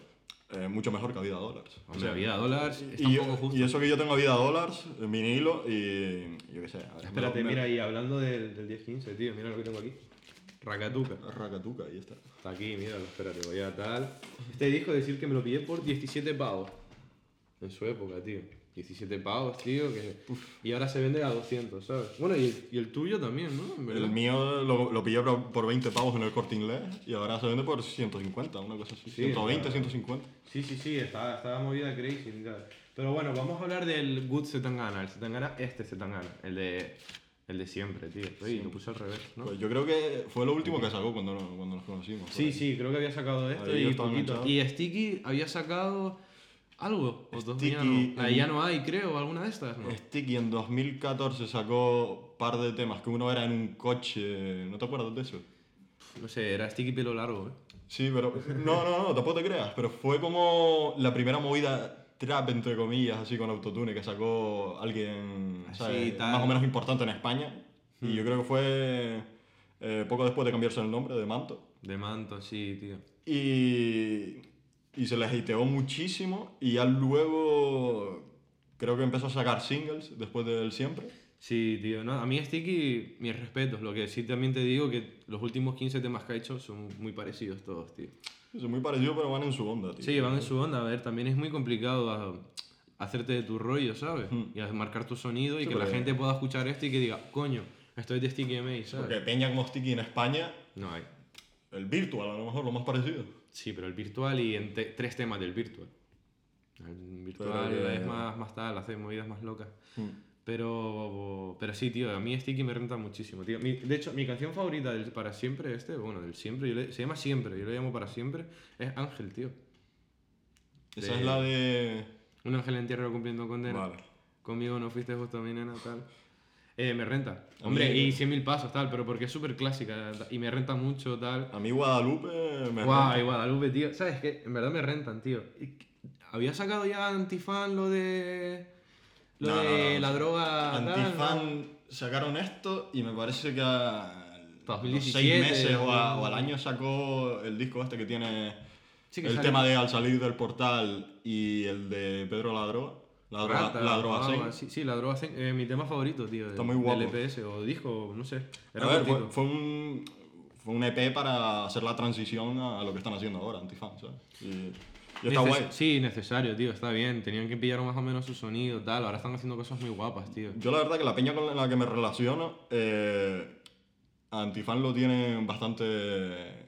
C: Eh, mucho mejor que Vida Dollars.
B: Hombre, Vida Dollars está
C: y,
B: un
C: yo-
B: poco justo.
C: y eso que yo tengo Vida Dollars, en vinilo y. Yo qué sé. a ver, me lo-
B: Espérate,
C: me-
B: mira ahí, hablando del, del 10-15, tío, mira lo que tengo aquí. Racatuca.
C: Racatuca, ahí está.
B: Está aquí, míralo, espérate, voy a tal. Este disco, decir que me lo pillé por 17 pavos. En su época, tío. 17 pavos, tío. Que... Y ahora se vende a 200, ¿sabes? Bueno, y el, y el tuyo también, ¿no? En verdad.
C: El mío lo, lo pillé por por 20 pavos en el corte inglés y ahora se vende por 150, una cosa así.
B: Sí,
C: 120,
B: claro.
C: 150.
B: Sí, sí, sí, estaba, estaba movida crazy. mira. Pero bueno, vamos a hablar del Good Setangana. El Setangana, este Setangana. El de, el de siempre, tío. Oye, lo puse al revés, ¿no?
C: Pues yo creo que fue lo último que sacó cuando, no- cuando nos conocimos.
B: Sí, sí, creo que había sacado esto
C: Ahí yo
B: y
C: estaba
B: poquito.
C: enganchado.
B: Y Sticky había sacado algo. O dos
C: Sticky,
B: ya no. La de
C: el-
B: ya no hay, creo, alguna de estas, ¿no?
C: Sticky en 2014 sacó par de temas, que uno era en un coche, ¿no te acuerdas de eso?
B: No sé, era Sticky pelo largo, ¿eh?
C: Sí, pero no, no, no, tampoco te creas, pero fue como la primera movida trap, entre comillas, así con autotune que sacó alguien
B: Así,
C: ¿sabes?
B: Ah, tal. Hmm.
C: más o menos importante en España. Y yo creo que fue eh, poco después de cambiarse el nombre de Manto.
B: De manto, sí, tío.
C: Y, y se les hateó muchísimo y ya luego creo que empezó a sacar singles después del siempre.
B: Sí, tío. No, a mí Sticky, mis respetos. Lo que sí también te digo que los últimos 15 temas que ha hecho son muy parecidos todos, tío.
C: Es muy parecido, pero van en su onda, tío.
B: Sí, van en su onda. A ver, también es muy complicado a- hacerte de tu rollo, ¿sabes? Y a marcar tu sonido y
C: Hmm. Sí,
B: que la
C: porque-
B: gente pueda escuchar esto y que diga, coño, esto es de Sticky MA, ¿sabes?
C: Porque Peña como Sticky en España,
B: No hay.
C: el virtual a lo mejor, lo más parecido.
B: Sí, pero el virtual y en te- tres temas del virtual. El virtual
C: Pero que-
B: es más, más tal, hace movidas más locas.
C: Hmm.
B: Pero, pero sí, tío, a mí Sticky me renta muchísimo, tío. Mi- de hecho, mi canción favorita del Para Siempre, este, bueno, del Siempre, yo le- se llama Siempre, yo le llamo Para Siempre, es Ángel, tío.
C: Esa
B: De-
C: es la de...
B: Un ángel en tierra cumpliendo condena.
C: Vale.
B: Conmigo no fuiste justo mi nena, tal. Eh, me renta.
C: A
B: Hombre,
C: mí-
B: y 100.000 pasos, tal, pero porque es súper clásica y me renta mucho, tal.
C: A mí Guadalupe me...
B: Guau,
C: renta.
B: y Guadalupe, tío. ¿Sabes qué? En verdad me rentan, tío. Y- Había sacado ya Antifan lo de. Lo
C: No, no,
B: de
C: no.
B: la droga. tal, ¿no?
C: Antifan sacaron esto y me parece que a los
B: 2017,
C: seis meses o, a-
B: ¿no?
C: o al año sacó el disco este que tiene
B: Sí, que
C: el
B: sale-
C: tema de Al salir del portal y el de Pedro la droga. La droga,
B: Rata,
C: la
B: o
C: droga
B: algo
C: Zen.
B: así. Sí, la droga Zen. Eh, mi tema favorito, tío.
C: Está
B: del-
C: muy guapo.
B: Del EPS o disco, no sé. Era
C: A ver, fue,
B: cortito.
C: fue un, fue un EP para hacer la transición a lo que están haciendo ahora, Antifan, ¿sabes? Y, y está
B: Neces-
C: guay.
B: Sí, necesario, tío. Está bien. Tenían que pillar más o menos su sonido, tal. Ahora están haciendo cosas muy guapas, tío.
C: Yo la verdad que la peña con la que me relaciono, eh, a Antifan lo tienen bastante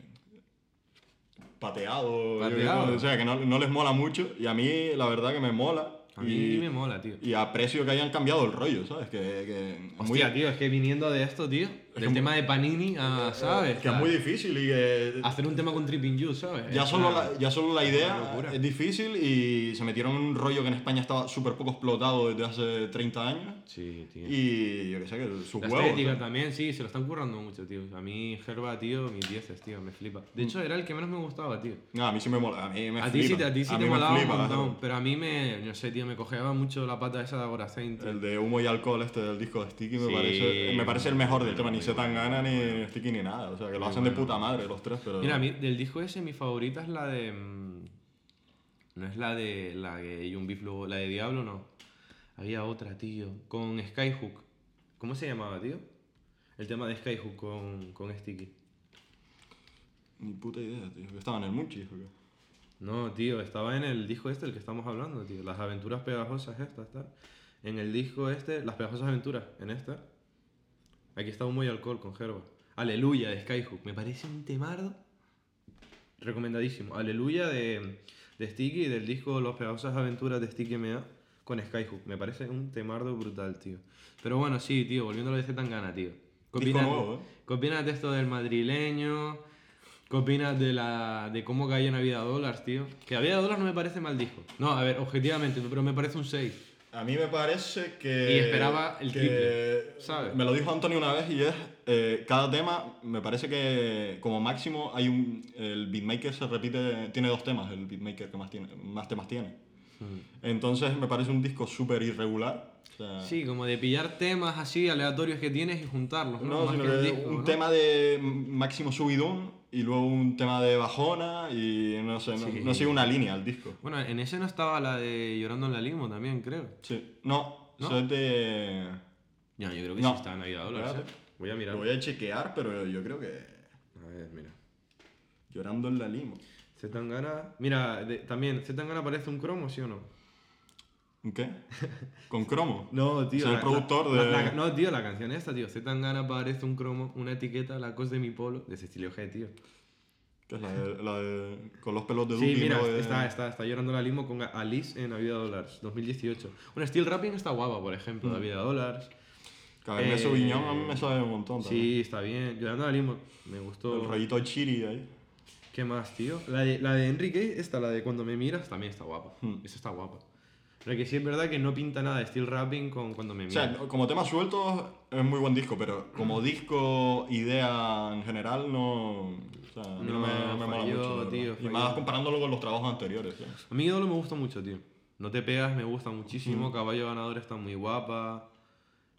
C: pateado. yo
B: Pateado.
C: creo, o sea, que no, no les mola mucho y a mí la verdad que me mola.
B: A mí me mola, tío.
C: Y aprecio que hayan cambiado el rollo, ¿sabes? Que, que es muy-
B: Hostia, tío, es que viniendo de esto, tío. Del tema de Panini a, ¿sabes?
C: Eh, que es muy difícil y que...
B: Hacer un tema con Tripping You, ¿sabes?
C: Ya
B: Ah, Es
C: solo,
B: una-
C: la, ya solo la idea
B: locura.
C: es difícil y se metieron en un rollo que en España estaba súper poco explotado desde hace 30 años.
B: Sí, tío.
C: Y yo qué sé, que sus
B: La
C: huevos.
B: estética
C: ¿sabes?
B: también, sí, se lo están currando mucho, tío. A mí, Gerba, tío, mis dieces, tío, me flipa. De hecho, era el que menos me gustaba, tío.
C: No, a mí sí me mola, a mí Mm. me
B: a ti sí,
C: flipa,
B: te- a ti sí
C: mí
B: te
C: me
B: molaba
C: flipa,
B: un montón,
C: ¿sabes?
B: pero a mí me, no sé, tío, me cojeaba mucho la pata esa de Gorazain, tío.
C: El de humo y alcohol este del disco de Sticky me,
B: Sí,
C: parece, me parece el mejor del tema, ni
B: muy
C: se tan
B: bueno,
C: gana
B: muy
C: ni Sticky ni nada, o sea que lo
B: Muy
C: hacen de
B: bueno.
C: puta madre los tres, pero...
B: Mira, a mí, del disco ese, mi favorita es la de. mm, No es la de. La de Young Beef luego, la de Diablo, no. Había otra, tío. Con Skyhook. ¿Cómo se llamaba, tío? El tema de Skyhook con, con Sticky.
C: Ni puta idea, tío, que estaba en el Munchies o qué.
B: No, tío, estaba en el disco este, el que estamos hablando, tío. Las aventuras pegajosas estas, tal. En el disco este, las pegajosas aventuras, en esta. Aquí está Humo y Alcohol con Gerba. Aleluya de Skyhook. Me parece un temardo. Recomendadísimo. Aleluya de, de Sticky, del disco Las pegajosas aventuras de Sticky MA con Skyhook. Me parece un temardo brutal, tío. Pero bueno, sí, tío, volviendo a lo de Zetangana, tío. ¿Qué
C: Disco
B: opinas-
C: nuevo, ¿eh?
B: ¿Qué opinas de esto del madrileño? ¿Qué opinas de, la, de cómo cayó en Navidad Dollars, tío? Que Navidad Dollars no me parece mal disco. No, a ver, objetivamente, pero me parece un 6.
C: A mí me parece que...
B: Y esperaba el
C: que-
B: triple, ¿sabes?
C: Me lo dijo Antonio una vez y es, eh, cada tema, me parece que como máximo hay un... El beatmaker se repite, tiene dos temas, el beatmaker que más, tiene, más temas tiene. Entonces me parece un disco súper irregular. o sea,
B: Mm. Sí, como de pillar temas así aleatorios que tienes y juntarlos, ¿no?
C: No,
B: Más
C: sino
B: que el
C: que
B: disco,
C: un
B: ¿no?
C: tema de máximo subidón y luego un tema de bajona y no sé, no,
B: Sí.
C: no sigue una línea el disco.
B: Bueno, en ese no estaba la de Llorando en la Limo también, creo.
C: Sí. No,
B: ¿No?
C: eso es de...
B: Ya, yo creo que
C: No.
B: sí estaba en Navidad Dollars.
C: Espérate.
B: ¿eh? Voy a mirar.
C: Lo voy a chequear, pero yo creo que...
B: ver, mira.
C: Llorando en la lima.
B: Zetangana. Mira, de- también, Zetangana parece un cromo, ¿sí o no?
C: ¿Un qué? ¿Con cromo?
B: No, tío.
C: Soy el
B: la-
C: productor
B: la-
C: de...
B: la- no, tío, la canción esta, tío. Zetangana parece un cromo, una etiqueta, la cosa de mi polo, de Cecilio G, tío.
C: que es la de, la de- Con los pelos de Duki.
B: Sí, mira,
C: ¿no? De-
B: está, está, está llorando la limo con Alice en Navidad Dollars, 2018. Una Steel Rapping está guapa, por ejemplo, Navidad Dollars. eh,
C: Cabernet Sauvignon a mí me sabe un montón. también.
B: Sí, está bien. Llorando la limo, me gustó.
C: El rollito chiri ahí.
B: ¿Qué más, tío? La de, la de Enrique, esta, la de Cuando me miras, también está guapa.
C: Hmm.
B: Esa está guapa. Pero que sí es verdad que no pinta nada de Steel Rapping con Cuando me
C: O
B: miras.
C: sea, como tema suelto es muy buen disco, pero
B: Mm.
C: como disco, idea en general, no. O sea, a mí no,
B: No,
C: me, no me mola
B: falló,
C: mucho. la verdad.
B: tío,
C: y
B: falló.
C: más comparándolo con los trabajos anteriores. ¿sí?
B: A mí Ídolo me gusta mucho, tío. No te pegas, me gusta
C: Hmm.
B: muchísimo. Caballo ganador está muy guapa.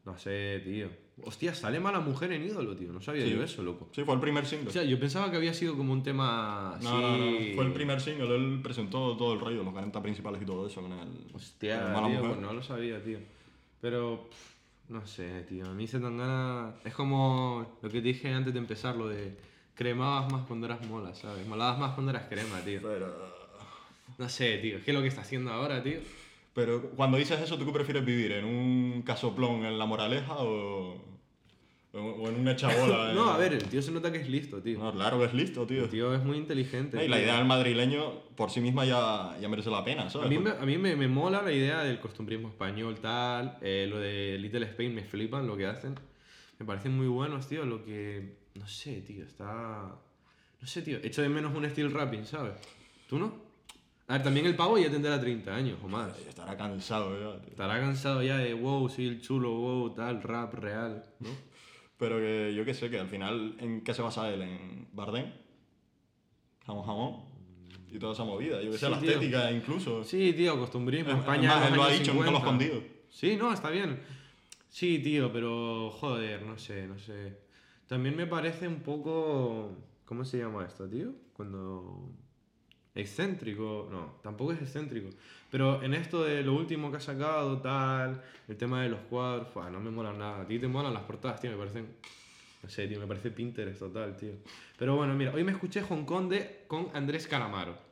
B: No sé, tío. Hostia, sale mala mujer en Ídolo, tío. No sabía
C: Sí.
B: yo eso, loco.
C: Sí, fue el primer single.
B: O sea, yo pensaba que había sido como un tema así.
C: no, no, no, no, Fue el primer single. Él presentó todo el rollo, los 40 principales y todo eso. Con el,
B: Hostia,
C: con Mala
B: tío,
C: Mujer.
B: pues no lo sabía, tío. Pero, pff, no sé, tío. A mí se dan ganas. Es como lo que dije antes de empezar, lo de cremabas más cuando eras mola, ¿sabes? Molabas más cuando eras crema, tío.
C: Pero.
B: No sé, tío. Es que lo que está haciendo ahora, tío.
C: Pero cuando dices eso, ¿tú qué prefieres vivir? ¿En un casoplón en la moraleja o, o- o en una chabola? en-
B: No, a ver, el tío se nota que es listo, tío.
C: No, claro que es listo, tío.
B: El tío es muy inteligente.
C: No, y la
B: tío.
C: idea del madrileño por sí misma ya, ya merece la pena, ¿sabes?
B: A mí, me, a mí me, me mola la idea del costumbrismo español, tal. eh, lo de Little Spain me flipan lo que hacen. Me parecen muy buenos, tío. Lo que. No sé, tío. Está. No sé, tío. Echo de menos un steel rapping, ¿sabes? ¿Tú no? A ver, también el pavo ya tendrá 30 años o más.
C: Porque Estará cansado ya, tío.
B: Estará cansado ya de wow, sí, el chulo, wow, tal, rap real, ¿no?
C: Pero que yo qué sé, que al final, ¿en qué se basa él? ¿En Bardem? ¿Jamón jamón? Y toda esa movida. Yo que sé,
B: Sí,
C: la
B: tío.
C: estética incluso.
B: Sí, tío, costumbrismo.
C: Es- es
B: España.
C: más,
B: de
C: él
B: los
C: lo ha
B: años
C: dicho, nunca lo ha
B: 50.
C: escondido.
B: Sí, no, está bien. Sí, tío, pero joder, no sé, no sé. También me parece un poco. ¿Cómo se llama esto, tío? Cuando. Excéntrico, no, tampoco es excéntrico. Pero en esto de lo último que ha sacado, tal, el tema de los cuadros, fuah, no me mola nada. A ti te molan las portadas, tío, me parecen. No sé, tío, me parece Pinterest total, tío. Pero bueno, mira, hoy me escuché Hong Kong de, con Andrés Calamaro.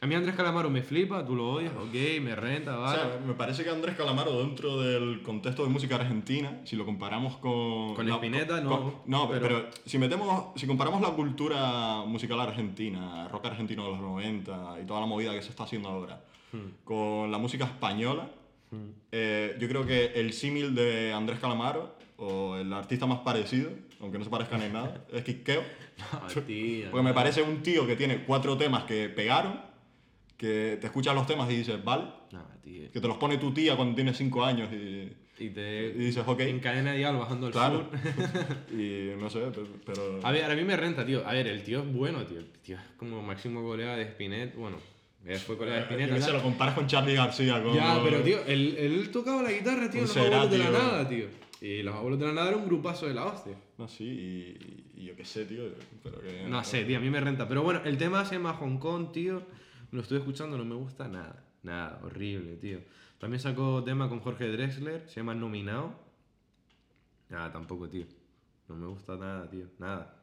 B: A mí Andrés Calamaro me flipa, tú lo odias, ok, me renta,
C: O
B: vale.
C: sea, me parece que Andrés Calamaro, dentro del contexto de música argentina, si lo comparamos con.
B: Con Spinetta, no,
C: no,
B: pero-
C: pero, si metemos. Si comparamos la cultura musical argentina, rock argentino de los 90 y toda la movida que se está haciendo ahora,
B: Hmm.
C: con la música española, eh, yo creo que el símil de Andrés Calamaro, o el artista más parecido, aunque no se parezcan en nada, es Quiqueo.
B: Ah, tío.
C: Porque me parece un tío que tiene cuatro temas que pegaron, que te escuchas los temas y dices, vale.
B: No, tío.
C: Que te los pone tu tía cuando tienes 5 años y,
B: Y te.
C: y dices, ok,
B: En cadena de diablo bajando al
C: claro.
B: sur.
C: y no sé, pe- pero...
B: A ver, a mí me renta, tío. A ver, el tío es bueno, tío. El tío es como máximo colega de Spinetta. Bueno, él fue colega de
C: Eh, Yo
B: Spinetta.
C: que sé, lo
B: tal.
C: comparas con Charlie García, con...
B: Ya, pero tío, él, él tocaba la guitarra, tío, en
C: Un
B: los abuelos de la
C: Cerati,
B: nada, tío. Y los abuelos de la nada era un grupazo de la hostia.
C: No, sí, y, y yo qué sé, tío, pero que...
B: No sé, tío, a mí me renta. Pero bueno, el tema se llama Hong Kong, tío. Lo estuve escuchando, no me gusta nada. Nada, horrible, tío. También sacó tema con Jorge Drexler, se llama Nominado. Nada, tampoco, tío. No me gusta nada, tío. Nada.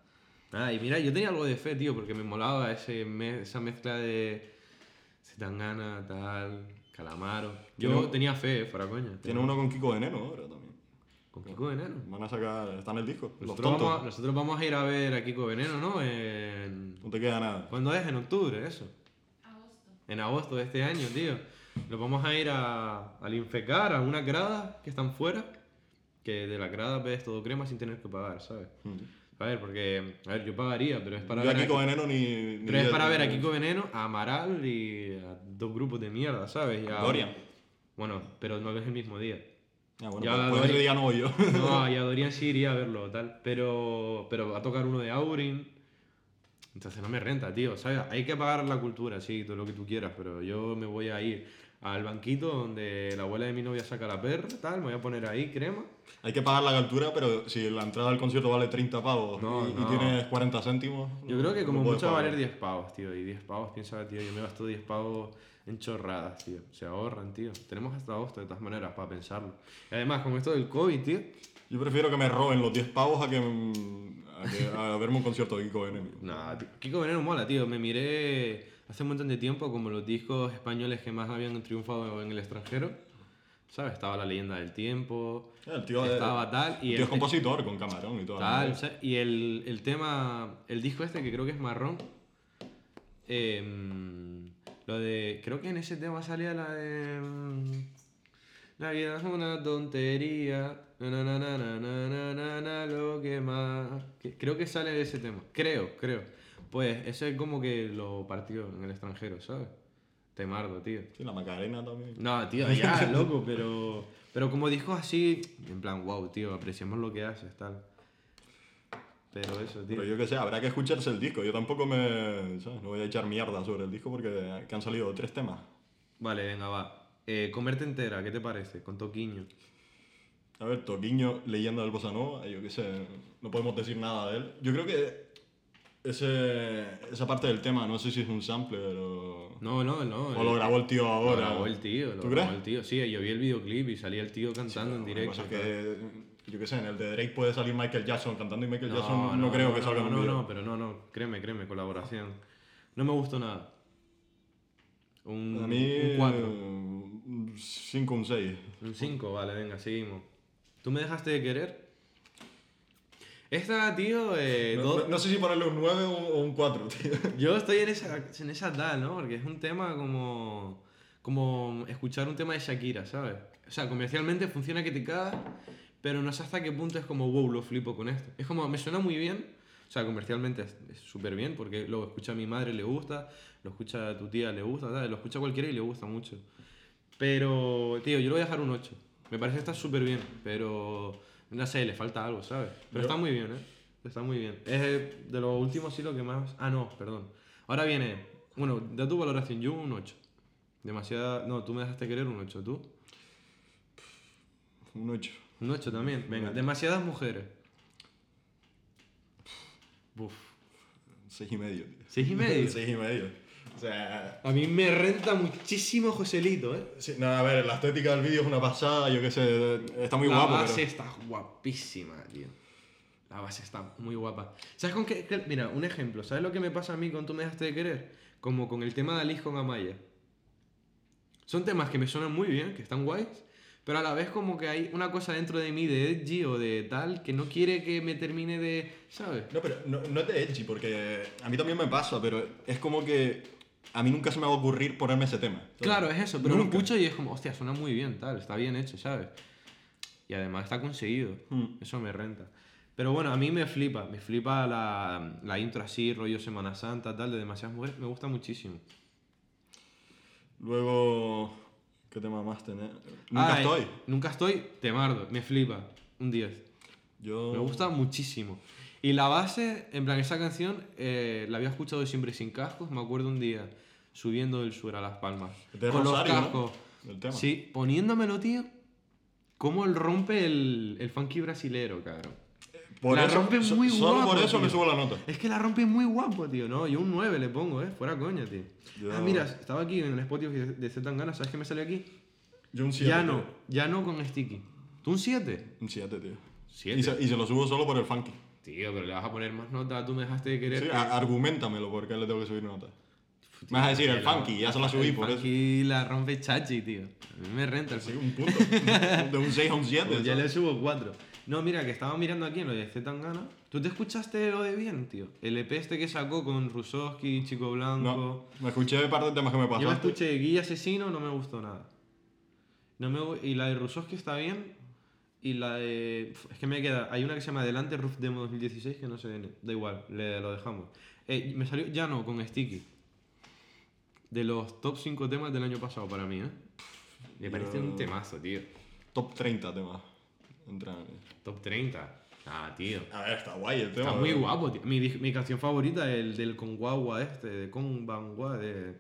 B: Nada, y mira, yo tenía algo de fe, tío, porque me molaba ese me- esa mezcla de Zetangana, tal, Calamaro. Yo
C: Tiene un-
B: tenía fe, eh, fuera coña.
C: Tiene uno con Kiko Veneno ahora también.
B: Con Kiko Veneno.
C: Van a sacar... Está en el disco. Los
B: Nosotros Pues vamos, a,
C: tontos.
B: nosotros vamos a ir a ver a Kiko Veneno, ¿no? En...
C: No te queda nada.
B: ¿Cuándo es? En octubre, eso.
E: Agosto.
B: En agosto de este año, tío. Nos vamos a ir a, al infecar, a unas gradas que están fuera. Que de la grada ves todo crema sin tener que pagar, ¿sabes? A ver, porque. A ver, yo pagaría, pero es para
C: Mm. Yo a
B: ver.
C: Kiko
B: a,
C: Veneno ni... ni
B: pero es
C: idea
B: para ver a
C: tengo.
B: Kiko Veneno, a Amaral y a dos grupos de mierda, ¿sabes? Y a-
C: Dorian.
B: Bueno, pero no es el mismo día.
C: Ah, bueno,
B: Ya,
C: pues, pues
B: Dorian.
C: ese día no voy yo.
B: No, y a Dorian sí iría a verlo, tal. Pero, pero va a tocar uno de Aurin. Entonces no me renta, tío. ¿sabes? Hay que pagar la cultura, sí, todo lo que tú quieras. Pero yo me voy a ir al banquito donde la abuela de mi novia saca la perra, tal. Me voy a poner ahí crema.
C: Hay que pagar la altura, pero si la entrada al concierto vale 30 pavos
B: No,
C: y, y
B: no.
C: tienes 40 céntimos...
B: Yo creo que
C: no
B: como
C: puedes
B: mucho va a
C: pagar.
B: valer 10 pavos, tío. Y 10 pavos, piensa, tío, yo me gasto 10 pavos en chorradas, tío. Se ahorran, tío. Tenemos hasta agosto, de todas maneras, para pensarlo. Y además, con esto del COVID, tío,
C: Yo prefiero que me roben los 10 pavos a que. mm, a, que- a verme un concierto de Kiko Veneno.
B: Nah, tío, Kiko Veneno mola, tío. Me miré hace un montón de tiempo como los discos españoles que más habían triunfado en el extranjero. ¿Sabes? Estaba La Leyenda del Tiempo.
C: El tío,
B: estaba
C: eh,
B: tal. Y el,
C: el
B: este
C: tío es compositor con camarón y todo.
B: tal, ¿sabes? Y el, el tema, el disco este que creo que es marrón. em, lo de. Creo que en ese tema salía la de. em, La vida es una tontería. Na, na, na, na, na, na, na, na, na, lo que más. Que- Creo que sale de ese tema. Creo, creo. Pues ese es como que lo partió en el extranjero, ¿sabes? Temardo, tío.
C: Sí, la Macarena también.
B: No, tío, ya, loco, pero. Pero como discos así, en plan, wow, tío, apreciamos lo que haces, tal. Pero eso, tío.
C: Pero yo qué sé, habrá que escucharse el disco. Yo tampoco me. ¿sabes? No voy a echar mierda sobre el disco porque que han salido tres temas.
B: Vale, venga, va. Eh, comerte entera, ¿qué te parece? Con toquiño.
C: A ver, Toquiño, leyenda del Bossa Nova, yo qué sé, no podemos decir nada de él. Yo creo que ese, esa parte del tema, no sé si es un sample o,
B: No, no, no.
C: o lo
B: eh,
C: grabó el tío
B: Lo
C: ahora.
B: grabó el tío, lo
C: ¿Tú
B: grabó
C: crees?
B: el tío. Sí, yo vi el videoclip y salía el tío cantando en
C: Lo que
B: directo.
C: pasa es que, yo qué sé, en el de Drake puede salir Michael Jackson cantando y Michael
B: No,
C: Jackson no, creo que
B: no,
C: salga en
B: No,
C: un
B: no,
C: video.
B: no, pero no, no. Créeme, créeme, colaboración. No me gustó nada. Un,
C: A mí,
B: un 4.
C: un 5, un 6.
B: Un 5, vale, venga, seguimos. ¿Tú me dejaste de querer? Esta, tío, eh,
C: No,
B: do-
C: no- no sé si ponerle un 9 o un 4, tío.
B: yo estoy en esa, en esa tal, ¿no? Porque es un tema como, como escuchar un tema de Shakira, ¿sabes? O sea, comercialmente funciona que te cagas, pero no sé hasta qué punto es como, wow, lo flipo con esto. Es como, me suena muy bien, o sea, comercialmente es es súper bien, porque lo escucha mi madre, le gusta, lo escucha tu tía, le gusta, tal, lo escucha cualquiera y le gusta mucho. Pero, tío, yo le voy a dejar un 8. Me parece que está súper bien, pero no sé, le falta algo, ¿sabes? Pero
C: Yo-
B: está muy bien, ¿eh? Está muy bien. Es eh, de los últimos sí lo que más. Ah, no, perdón. Ahora viene. Bueno, da tu valoración. Yo un 8. Demasiada. No, tú me dejaste querer un 8. ¿Tú?
C: Un 8.
B: Un 8 también. Venga,
C: Vale.
B: demasiadas mujeres. Buf.
C: 6 y medio, tío.
B: ¿Seis y medio?
C: 6 y medio. O sea,
B: A mí me renta muchísimo Joselito, ¿eh?
C: Sí, no, a ver, la estética del vídeo es una pasada, yo qué sé, está muy
B: la
C: guapo,
B: base
C: pero...
B: está guapísima, tío. La base está muy guapa. ¿Sabes con qué? qué- Mira, un ejemplo. ¿Sabes lo que me pasa a mí con Tú me dejaste de querer? Como con el tema de Alice con Amaya. Son temas que me suenan muy bien, que están guays, pero a la vez como que hay una cosa dentro de mí de edgy o de tal que no quiere que me termine de... ¿Sabes?
C: No, pero no, no es de edgy, porque a mí también me pasa, pero es como que a mí nunca se me va a ocurrir ponerme ese tema. ¿sabes?
B: Claro, es eso, pero lo
C: Nunca.
B: escucho y es como, hostia, suena muy bien, tal, está bien hecho, ¿sabes? Y además está conseguido,
C: Hmm.
B: eso me renta. Pero bueno, a mí me flipa, me flipa la, la intro así, rollo Semana Santa, tal, de demasiadas mujeres, me gusta muchísimo.
C: Luego, ¿qué tema más tenés? Nunca
B: Ah, eh,
C: estoy.
B: Nunca estoy, te mardo, me flipa, un 10.
C: Yo...
B: Me gusta muchísimo. Y la base, en plan, esa canción eh, la había escuchado siempre sin cascos. Me acuerdo un día subiendo del sur a Las Palmas.
C: De
B: con
C: Rosario,
B: los
C: ¿no?
B: cascos.
C: El tema.
B: Sí, poniéndomelo, tío. Cómo él rompe el, el funky brasilero, cabrón.
C: Por
B: la
C: eso-
B: rompe
C: so-
B: muy
C: Solo
B: guapo,
C: por eso
B: tío.
C: le subo la nota.
B: Es que la rompe muy guapo, tío. No, yo un 9 le pongo, eh. Fuera coña, tío.
C: Yo-
B: Ah, mira, estaba aquí en el Spotify de- de Zetangana. ¿Sabes qué me salió aquí?
C: Yo un 7.
B: Ya no, ya no con Sticky. ¿Tú un 7?
C: Un 7, tío.
B: Siete.
C: Y se, y se lo subo solo por el funky.
B: Tío, pero le vas a poner más nota. Tú me dejaste de querer.
C: Sí, a- argumentamelo, porque le tengo que subir nota.
B: Tío,
C: Me vas a decir, el
B: la-
C: funky, ya se la subí,
B: el
C: por eso.
B: funky la rompe Chachi, tío. A mí me renta el
C: Sí,
B: funky.
C: un punto. De un 6 a un 7.
B: Pues ya le subo 4. No, mira, que estaba mirando aquí en lo de Z Tangana. ¿Tú te escuchaste lo de bien, tío? El EP este que sacó con Rusoski, Chico
C: No,
B: Blanco.
C: me escuché de parte de temas que me
B: Yo
C: pasaste.
B: escuché Guilla Asesino, no me gustó nada. No me, gu- y la de Rusoski está bien. Y la de. Pf, Es que me queda. Hay una que se llama Adelante Roof Demo 2016 que no sé. Da igual, le, lo dejamos. Eh, me salió ya no con Sticky. De los top 5 temas del año pasado para mí, ¿eh? Me parece un temazo, tío.
C: Top 30 temas. Entran.
B: Top 30. Ah, tío.
C: A ver, está guay el tema.
B: Está muy
C: pero-
B: guapo, tío. Mi, mi canción favorita es el del Conguagua este, de Conbangua, de,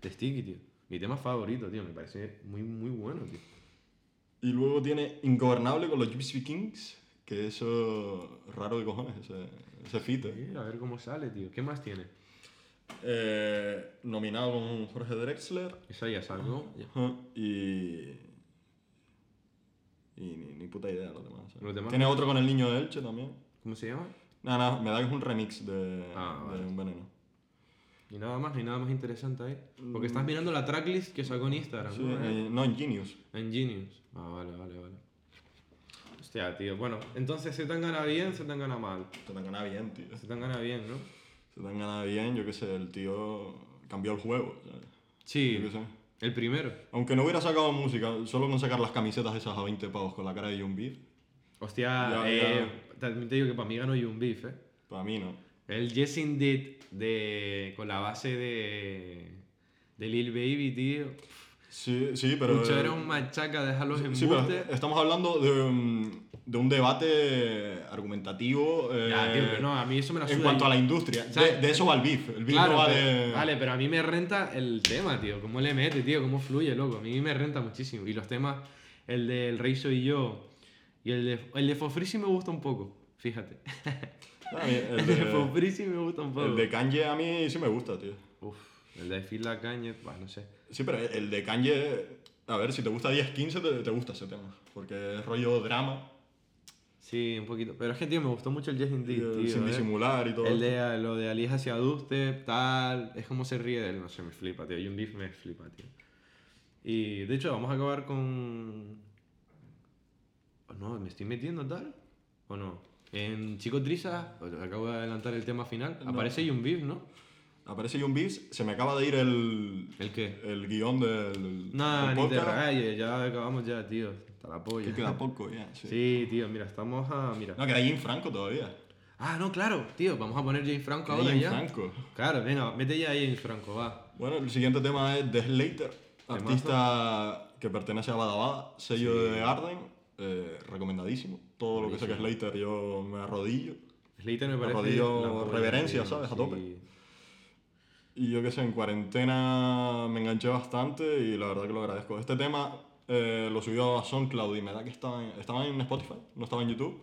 B: de Sticky, tío. Mi tema favorito, tío. Me parece muy, muy bueno, tío.
C: Y luego tiene Ingobernable con los Gypsy Kings, que eso raro de cojones, ese, ese feat, eh.
B: Sí, A ver cómo sale, tío. ¿Qué más tiene?
C: Eh, nominado con Jorge Drexler.
B: Esa ya salió.
C: Ajá, Y. Y ni, ni puta idea de los demás. ¿sabes?
B: Los demás
C: Tiene otro con el niño de Elche también.
B: ¿Cómo se llama?
C: Nada, nada, me da que es un remix de,
B: Ah,
C: de
B: vale.
C: un veneno.
B: Ni nada más, ni nada más interesante ahí. Porque estás mirando la tracklist que sacó en Instagram,
C: Mm. Sí,
B: ¿no?
C: eh, no, en Genius.
B: En Genius. Ah, vale, vale, vale. Hostia, tío. Bueno, entonces se tan gana bien, se tan gana mal.
C: Se tan ganado bien, tío.
B: Se tan gana bien, ¿no?
C: Se tan ganado bien, yo qué sé, el tío cambió el juego. ¿sabes? Yo
B: Sí.
C: qué sé.
B: El primero.
C: Aunque no hubiera sacado música, solo con sacar las camisetas esas a 20 pavos con la cara de John Beef,
B: Hostia,
C: Ya,
B: eh, también te digo que para mí ganó un Beef, ¿eh?
C: para mí no.
B: El Yes Indeed de, con la base de, de Lil Baby, tío.
C: Sí, sí, pero... eh,
B: Mucho era un machaca, déjalos en
C: Sí, pero estamos hablando de, um, de un debate argumentativo
B: Ya,
C: eh,
B: tío, pero no, a mí eso me la
C: en
B: suda,
C: cuanto
B: yo-
C: a la industria. De,
B: ¿Sabes?
C: de eso va el beef. El beef
B: Claro,
C: no va
B: pero-
C: de...
B: vale, pero a mí me renta el tema, tío. Cómo le mete, tío, cómo fluye, loco. A mí me renta muchísimo. Y los temas, el del Rey Soy Yo y el de, el de Fofri sí me gusta un poco, fíjate.
C: Ah, el,
B: El de
C: de,
B: Fofri sí me gusta un poco.
C: el de Kanye a mí sí me gusta, tío.
B: Uf, el de Phil La Caña, bah, no sé.
C: Sí, pero el de Kanye... A ver, si te gusta 10-15, te, te gusta ese tema. Porque es rollo drama,
B: Sí, un poquito. Pero es que, tío, me gustó mucho el Yes Indeed, tío.
C: sin
B: eh.
C: disimular y todo.
B: El de lo de Alice hacia Dustep, tal. Es como se ríe de él, no sé, me flipa, tío. Y un beef me flipa, tío. Y de hecho, vamos a acabar con. Oh, no, ¿me estoy metiendo tal? ¿O no? En Chico Triza, os acabo de adelantar el tema final. Aparece un beef, ¿no?
C: Aparece John Beef, se me acaba de ir el...
B: ¿El qué?
C: el guión del,
B: Nada,
C: del
B: ni te
C: podcast.
B: rayes, ya acabamos ya, tío. Hasta la
C: Que
B: polla.
C: queda poco, ya. Sí.
B: Sí, tío, mira, estamos a. Mira.
C: No, queda Jim Franco todavía.
B: Ah, no, claro, tío, vamos a poner James Franco
C: Queda
B: ahora
C: Jane
B: Ah, ya.
C: Franco.
B: Claro, venga, mete ya a James Franco, va.
C: Bueno, el siguiente tema es The Slater,
B: Temazo.
C: artista que pertenece a Badabada, sello de Arden, eh, recomendadísimo. Todo lo que sea que Slater yo me arrodillo.
B: Slater me parece.
C: Arrodillo,
B: la polla,
C: reverencia,
B: tío,
C: ¿sabes? A
B: sí.
C: tope. Y yo qué sé, en cuarentena me enganché bastante y la verdad que lo agradezco. Este tema eh, lo subió a SoundCloud y me da que estaba en, estaba en Spotify, no estaba en YouTube.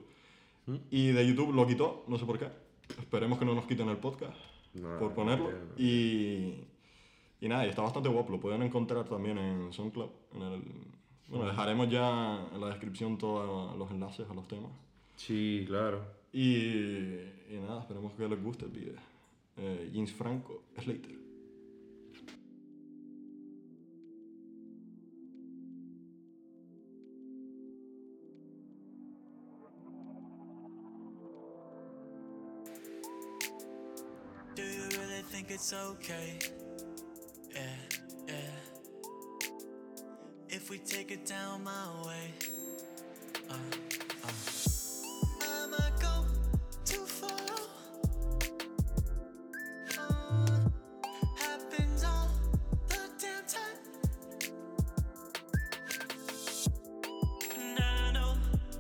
B: ¿Mm?
C: Y de YouTube lo quitó, no sé por qué. Esperemos que no nos quiten el podcast
B: No,
C: por ponerlo.
B: no, no.
C: Y, y nada, y está bastante guapo. Lo pueden encontrar también en SoundCloud. en el- bueno, dejaremos ya en la descripción todos los enlaces a los temas.
B: Sí, claro.
C: Y, y nada, esperemos que les guste el video. Eh, Jeans Franco, Slater.
A: Do you really think it's okay? Yeah, yeah. If we take it down my way, uh, uh. I might go too far. Uh, happens all the damn time. And I know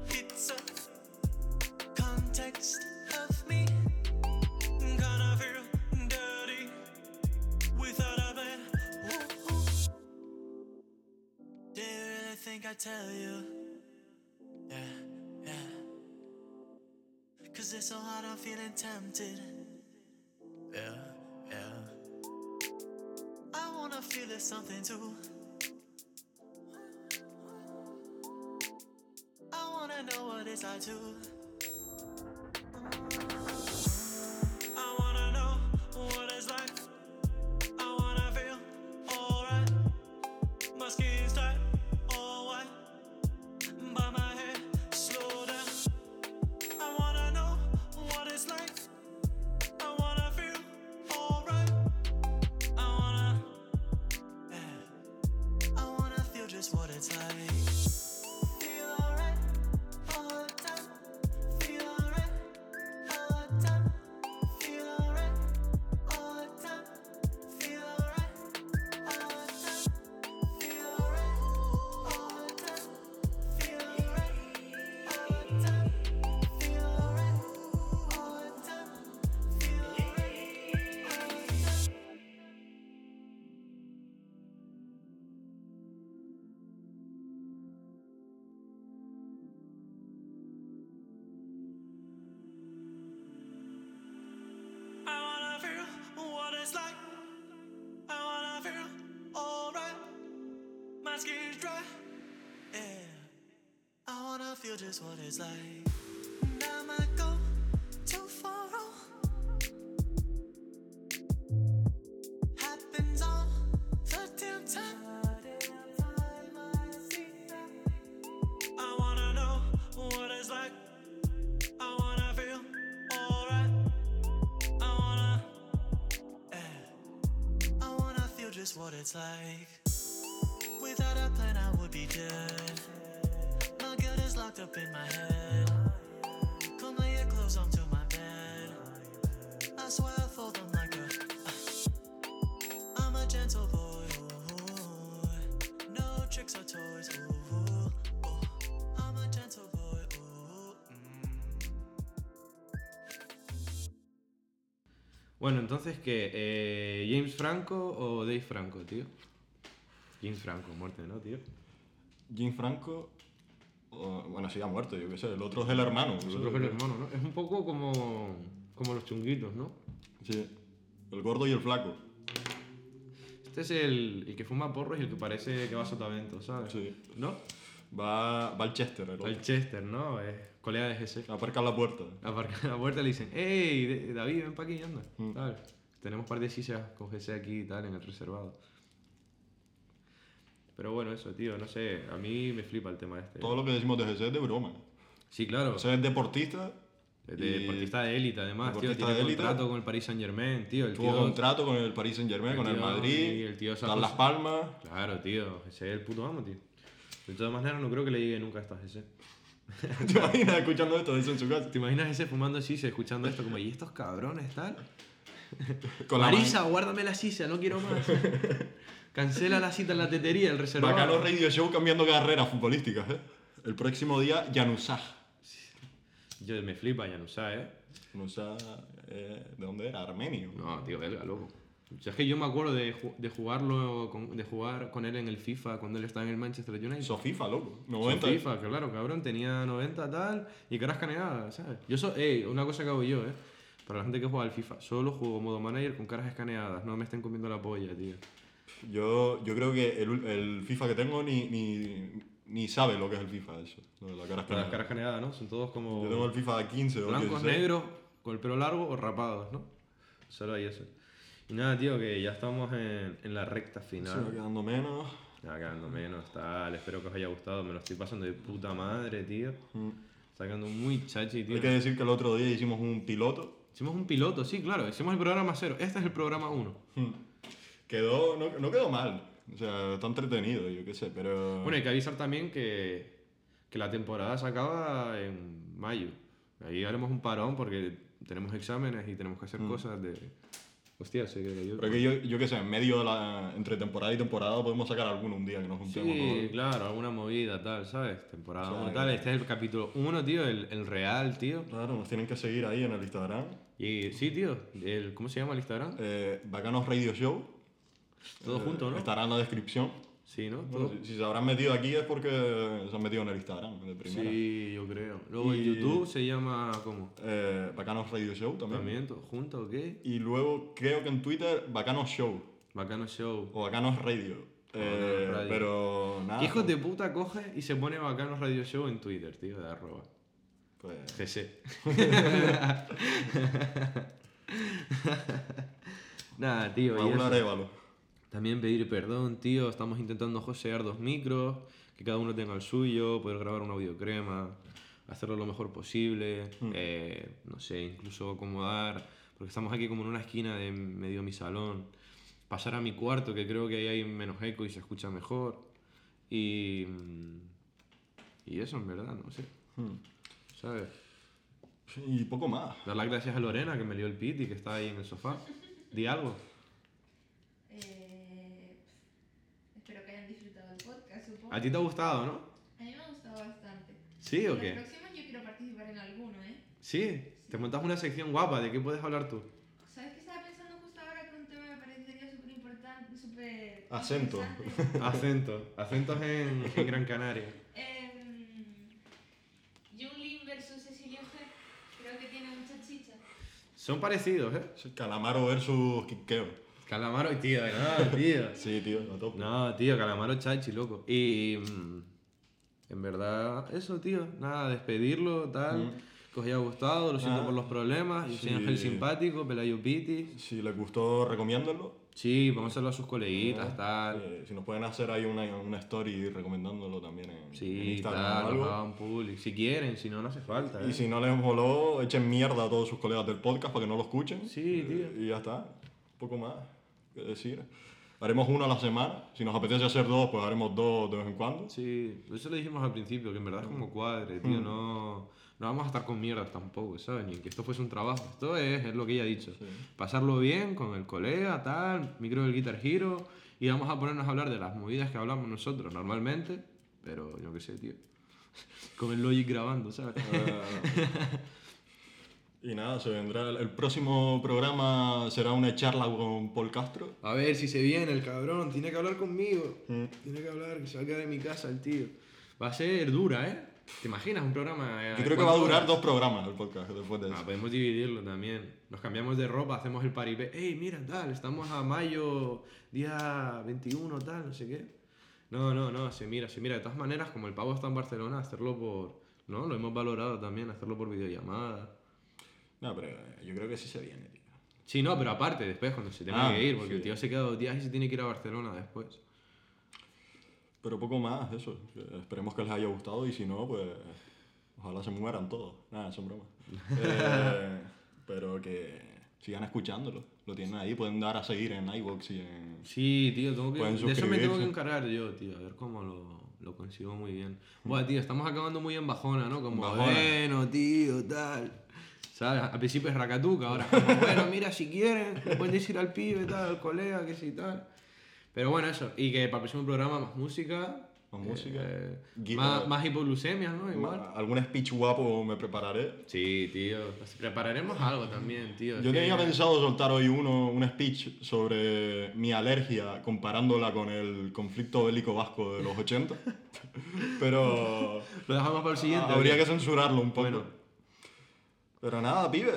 A: it's a context of me. Gonna feel dirty without a plan. Ooh, ooh. Do you really think I tell you? Yeah, yeah. Cause it's so hard, I'm feeling tempted. Yeah, yeah. I wanna feel there's something too. I wanna know what it's like to. I wanna know what it's like. I wanna feel alright. My skin's tight, all white. By my head, slow down. I wanna know what it's like. I wanna feel alright. I wanna, yeah. I wanna feel just what it's like. Feel alright all the time. Feel alright all the time. Feel alright all the time. Feel alright all the time. Feel alright all the time. Feel alright all the time. Feel alright all the time. Feel alright all the time. I wanna feel what it's like. I wanna feel alright. My skin's dry. Yeah. I I wanna feel just what it's like. And I might go too far. oh. Happens all the damn time. I wanna know what it's like. I wanna feel alright. I wanna, eh. I wanna feel just what it's like. Without a plan, I would be dead. My gut is locked up in my head. Come lay your clothes onto my bed. I swear I fold them like a. uh, I'm a gentle boy. Ooh. No tricks or toys. Ooh. Ooh. I'm a gentle boy. Ooh.
B: Bueno, entonces, ¿qué? Eh, ¿James Franco o Dave Franco, tío? James Franco, muerte, ¿no, tío?
C: Jim Franco. o- bueno, sí, ha muerto, yo qué sé. El otro es el hermano.
B: Nosotros que el hermano, ¿no? Es un poco como, como los chunguitos, ¿no?
C: Sí. El gordo y el flaco.
B: Este es el, el que fuma porros y el que parece que va a sotavento, ¿sabes?
C: Sí.
B: ¿No?
C: Va, va el Chester, el otro.
B: El Chester, ¿no? Es colega de GC.
C: Aparca en la puerta.
B: Aparcan la puerta y le dicen, hey, David, ven para aquí, anda.
C: Mm.
B: ¿Sabes? Tenemos par de sillas con GC aquí y tal, en el reservado. Pero bueno, eso, tío, no sé, a mí me flipa el tema este.
C: Todo lo que decimos de GC es de broma.
B: Sí, claro.
C: O sea, es deportista.
B: Es
C: y
B: de deportista de élite, además, tío.
C: deportista
B: Tiene
C: de élite.
B: contrato con el Paris Saint Germain, tío. El
C: Tuvo
B: tío.
C: contrato con el Paris Saint Germain,
B: el
C: con el
B: tío- y
C: Madrid.
B: el tío se
C: Están
B: ajusta.
C: Las Palmas.
B: Claro, tío. Ese es el puto amo, tío. De todas maneras, no creo que le llegue nunca hasta ese.
C: ¿Te imaginas escuchando esto eso en su casa?
B: ¿Te imaginas ese fumando sisa, escuchando esto como, y estos cabrones, tal?
C: Con la
B: Marisa, guárdame la sisa, no quiero más. Cancela la cita en la tetería, el reservado.
C: Bacano Radio Show cambiando carreras futbolísticas, ¿eh? El próximo día, Yanusaj.
B: Yo me flipa Yanusá, ¿eh?
C: Yanusaj, eh, ¿de dónde era? Armenio.
B: No, tío, belga, loco. O sea, es que yo me acuerdo de, ju- de jugarlo, con- de jugar con él en el FIFA cuando él estaba en el Manchester United.
C: Eso FIFA, loco.
B: Son
C: 90.
B: FIFA, claro, cabrón, tenía 90 tal y caras escaneadas, ¿sabes? Yo so, ey, una cosa que hago yo, ¿eh? Para la gente que juega al FIFA, solo juego modo manager con caras escaneadas, no me estén comiendo la polla, tío.
C: Yo, yo creo que el, ul- el FIFA que tengo ni, ni, ni sabe lo que es el FIFA, eso. Lo de la cara
B: Las
C: escaneada.
B: caras escaneadas, ¿no? Son todos como
C: Yo tengo el FIFA 15 o
B: blancos,
C: 16.
B: negros, con el pelo largo o rapados, ¿no? Solo hay eso. Y nada, tío, que ya estamos en, en la recta
C: Se va
B: final.
C: quedando menos.
B: Nada, quedando menos, tal. Espero que os haya gustado, me lo estoy pasando de puta madre, tío. Sacando muy chachi, tío.
C: Mm. Hay que decir que el otro día hicimos un piloto.
B: Hicimos un piloto, sí, claro. Hicimos el programa cero. Este es el programa uno.
C: Quedó, no, no quedó mal. O sea, está entretenido, yo qué sé, pero...
B: Bueno, hay que avisar también que, que la temporada se acaba en mayo. Ahí haremos un parón porque tenemos exámenes y tenemos que hacer cosas de... Hostia, se que yo...
C: Mm. pero que yo, yo qué sé, en medio de la... Entre temporada y temporada podemos sacar alguno un día que nos juntemos
B: Sí,
C: todos.
B: claro, alguna movida, tal, ¿sabes? Temporada
C: Claro.
B: uno, tal. Este es el capítulo 1, tío, el, el real, tío.
C: Claro, nos tienen que seguir ahí en el Instagram.
B: Y sí, tío, el, ¿cómo se llama el Instagram?
C: Eh, Bacanos Radio Show.
B: Todo
C: Eh,
B: junto, ¿no?
C: Estará en la descripción.
B: Sí, ¿no?
C: Bueno,
B: Todo-
C: si, si se habrán metido aquí es porque se han metido en el Instagram, de primera.
B: Sí, yo creo. Luego en
C: Y-
B: YouTube se llama, ¿cómo?
C: Eh, Bacanos Radio Show también.
B: ¿También? ¿Todo ¿Junto o qué?
C: Y luego creo que en Twitter, Bacanos Show
B: Bacano Show.
C: o Bacanos Radio. Eh,
B: Bacanos Radio.
C: Pero nada.
B: Hijos de puta coge y se pone Bacanos Radio Show en Twitter, tío, de arroba.
C: pues,
B: GC. Nada, tío. y
C: Raúl
B: eso.
C: Arevalo.
B: También pedir perdón, tío. Estamos intentando josear dos micros, que cada uno tenga el suyo, poder grabar un audio crema, hacerlo lo mejor posible, eh, no sé, incluso acomodar, porque estamos aquí como en una esquina de medio mi salón, pasar a mi cuarto, que creo que ahí hay menos eco y se escucha mejor. Y, y eso, en verdad, no sé. ¿Sabes?
C: Hmm. Y poco más.
B: Dar las gracias a Lorena, que me lió el pit y que está ahí en el sofá. Di algo.
E: Eh, espero que hayan disfrutado el podcast, supongo.
B: A ti te ha gustado, ¿no?
E: A mí me ha gustado bastante.
B: ¿Sí o
E: Los
B: qué?
E: próximos yo quiero participar en alguno, ¿eh?
B: Sí, te montas una sección guapa, ¿de qué puedes hablar tú?
E: ¿Sabes qué estaba pensando justo ahora que un tema me parecería súper importante, súper...
C: Acento.
E: interesante?
B: Acento, acentos en, en Gran Canaria.
E: Em, Jung Lin versus Cecilio G. Creo que tiene mucha chicha.
B: Son parecidos, ¿eh?
C: Es el Calamaro versus Quiqueo.
B: Calamaro, tío, no, tío.
C: Sí, tío, a tope.
B: No, tío, Calamaro Chachi, loco. Y. mm, En verdad, eso, tío. Nada, despedirlo, tal.
C: Mm.
B: Que os haya gustado, lo siento
C: Ah,
B: por los problemas. Yo soy
C: sí.
B: Ángel Simpático, Pelayo Pitis.
C: Si les gustó, recomiéndenlo.
B: Sí, vamos a hacerlo a sus coleguitas, tal.
C: Eh, si nos pueden hacer ahí una, una story recomendándolo también en, en
B: Sí,
C: Instagram o
B: tal,
C: algo.
B: lo hagan public. Si quieren, si no, no hace falta.
C: Y
B: ¿eh?
C: si no les moló, echen mierda a todos sus colegas del podcast para que no lo escuchen.
B: Sí,
C: Eh,
B: tío.
C: Y ya está. Poco más que decir. Haremos una a la semana. Si nos apetece hacer dos, pues haremos dos de vez en cuando.
B: Sí, eso le dijimos al principio, que en verdad es como cuadre,
C: Mm.
B: tío. No, no vamos a estar con mierdas tampoco, ¿sabes? Ni que esto fuese un trabajo. Esto es, es lo que ella ha dicho. Pasarlo bien con el colega, tal, micro del Guitar Hero. Y vamos a ponernos a hablar de las movidas que hablamos nosotros normalmente. Pero yo qué sé, tío. Con el Logic grabando, ¿sabes?
C: Eh, Y nada, se vendrá. El, el próximo programa será una charla con Paul Castro.
B: A ver si se viene el cabrón. Tiene que hablar conmigo.
C: Mm.
B: Tiene que hablar, que se va a quedar en mi casa el tío. Va a ser dura, ¿eh? ¿Te imaginas un programa? eh,
C: Yo creo que va a
B: cuatro
C: durar
B: horas?
C: dos programas el podcast después de
B: Ah,
C: eso.
B: podemos dividirlo también. Nos cambiamos de ropa, hacemos el paripé. ¡Ey, mira, tal! Estamos a mayo, día 21, tal, no sé qué. No, no, no, se mira, se mira. De todas maneras, como el pavo está en Barcelona, hacerlo por. ¿No? Lo hemos valorado también, hacerlo por videollamada.
C: No, pero eh, yo creo que sí se viene, tío.
B: Sí, no, pero aparte, después cuando se tenga
C: Ah,
B: que ir, porque el
C: sí.
B: tío se queda dos días y se tiene que ir a Barcelona después.
C: Pero poco más, eso. Eh, Esperemos que les haya gustado y si no, pues ojalá se mueran todos. Nada, son bromas. Eh, pero que sigan escuchándolo. Lo tienen ahí, pueden dar a seguir en iVoox y en...
B: Sí, tío, tengo que,
C: Pueden
B: de eso me tengo que
C: suscribirse.
B: encargar yo, tío, a ver cómo lo, lo consigo muy bien. Buah, tío, estamos acabando muy en bajona, ¿no? Como,
C: Bajona.
B: bueno, tío, tal. ¿Sabes? Al principio es racatuca, ahora es como, bueno, mira, si quieres, le puedes decir al pibe, tal, al colega, que si tal. Pero bueno, eso. Y que para el próximo programa, más música.
C: Más música.
B: eh,
C: Gui-
B: más, más hipoglucemia, ¿no? Igual.
C: Algún speech guapo me prepararé.
B: Sí, tío. pues Prepararemos algo también, tío. es
C: Yo
B: que-
C: tenía pensado soltar hoy uno, un speech sobre mi alergia comparándola con el conflicto bélico vasco de los 80. Pero
B: Lo dejamos para el siguiente.
C: habría
B: ¿ok?
C: que censurarlo un poco.
B: Bueno.
C: Pero nada, pibes.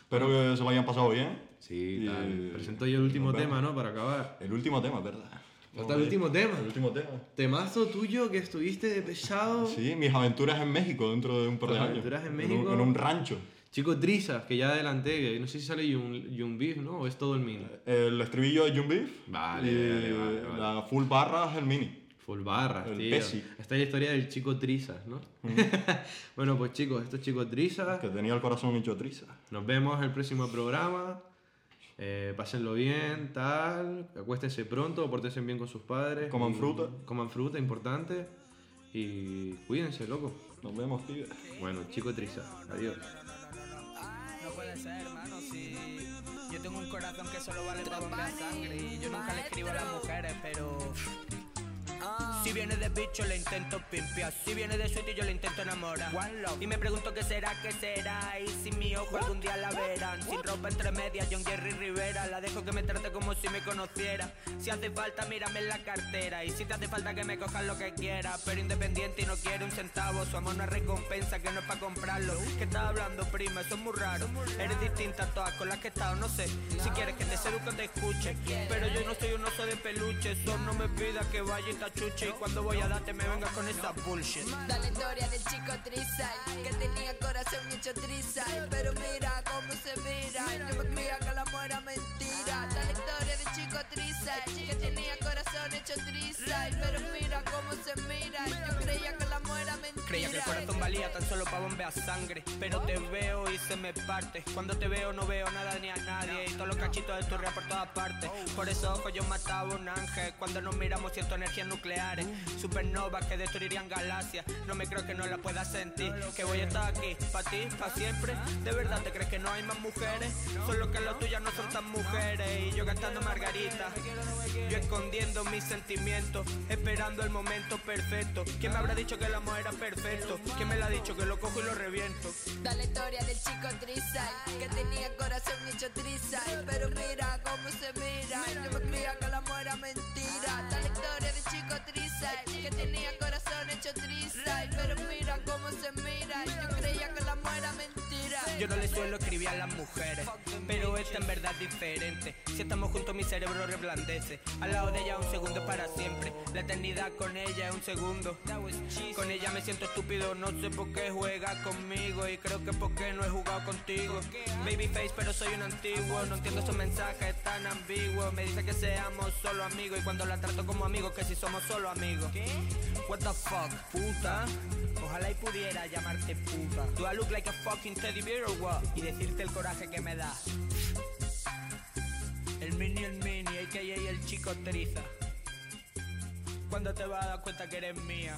C: Espero que se lo hayan pasado bien.
B: Sí,
C: Y-
B: tal. Presento yo el último
C: nos vemos.
B: tema, ¿no? Para acabar.
C: El último tema, ¿verdad?
B: Falta el último tema.
C: El último tema.
B: Temazo tuyo que estuviste de pesado.
C: Sí, mis aventuras en México dentro de un par de
B: Tus
C: años.
B: aventuras en
C: un-
B: México.
C: en un rancho.
B: Chico Trizas, que ya adelanté, que no sé si sale Yun, Yun Beef, ¿no? O es todo el mini.
C: El estribillo de June Beef.
B: Vale,
C: y
B: vale, vale, vale.
C: La full barra es el mini.
B: Full barras,
C: El
B: tío.
C: Pesi.
B: Esta es la historia del chico Trizas, ¿no? bueno, pues chicos, esto es Chico Trizas.
C: Que tenía el corazón hecho triza.
B: Nos vemos en el próximo programa. Eh, pásenlo bien, tal. Acuéstense pronto, pórtense bien con sus padres.
C: Coman
B: Y-
C: fruta.
B: Coman fruta, importante. Y cuídense, loco.
C: Nos vemos, pibes.
B: Bueno, Chico Trizas, adiós.
H: No puede ser, hermano, si yo tengo un corazón que solo vale para bombear sangre y yo nunca le escribo a las mujeres, pero si viene de bicho le intento pimpear, si viene de suerte yo le intento enamorar. Y me pregunto qué será, qué será, y si mi ojo algún día la verán. Sin ropa entre medias, John Jerry Rivera, la dejo que me trate como si me conociera. Si hace falta, mírame en la cartera, y si te hace falta que me cojas lo que quieras. Pero independiente y no quiero un centavo, su amor no es recompensa, que no es para comprarlo. Que estás hablando, prima, eso es muy raro. Eres distinta a todas con las que he estado, no sé. Si quieres que te seduca, te escuche. Pero yo no soy un oso de peluche, son no me pidas que vaya y te achuche. Y cuando voy a darte, me vengas con esa bullshit.
I: Da la historia del chico Trizai Que tenía corazón hecho Trizai Pero mira cómo se mira Yo me creía que la amor era mentira Da la historia del chico Trizai Que tenía corazón hecho Trizai Pero mira cómo se mira Yo creía que la amor era mentira
H: Creía que el corazón valía tan solo para bombear sangre. Pero te veo y se me parte. Cuando te veo, no veo nada ni a nadie. Y todos los cachitos de tu ría por todas partes. Por esos ojos yo mataba a un ángel. Cuando nos miramos, siento energías nucleares. Supernovas que destruirían galaxias. No me creo que no la puedas sentir. Que voy a estar aquí, para ti, para siempre. ¿De verdad te crees que no hay más mujeres? Solo que las tuyas no son tan mujeres. Y yo cantando margarita. Yo escondiendo mis sentimientos, esperando el momento perfecto. ¿Quién me habrá dicho que el amor era perfecto? ¿Quién me lo ha dicho que lo cojo y lo reviento?
I: Da la historia del chico Trizai Que tenía corazón hecho Trizai Pero mira cómo se mira Yo me creía que la amor era mentira Da la historia del chico Trizai Que tenía corazón hecho Trizai Pero mira cómo se mira Yo creía que la amor era mentira
H: Yo no le suelo escribir a las mujeres, pero esta en verdad es diferente. Si estamos juntos, mi cerebro reblandece. Al lado de ella, un segundo es para siempre. La eternidad con ella es un segundo. Con ella me siento estúpido, no sé por qué juega conmigo. Y creo que porque no he jugado contigo. Babyface, pero soy un antiguo. No entiendo esos mensajes tan ambiguos. Me dice que seamos solo amigos. Y cuando la trato como amigos, que si somos solo amigos. What the fuck, puta. Ojalá y pudiera llamarte puta. Do I look like a fucking teddy bear or what? Y decirte el coraje que me da. El mini, el mini, a.k.a. el chico triza. Cuando te vas a dar cuenta que eres mía.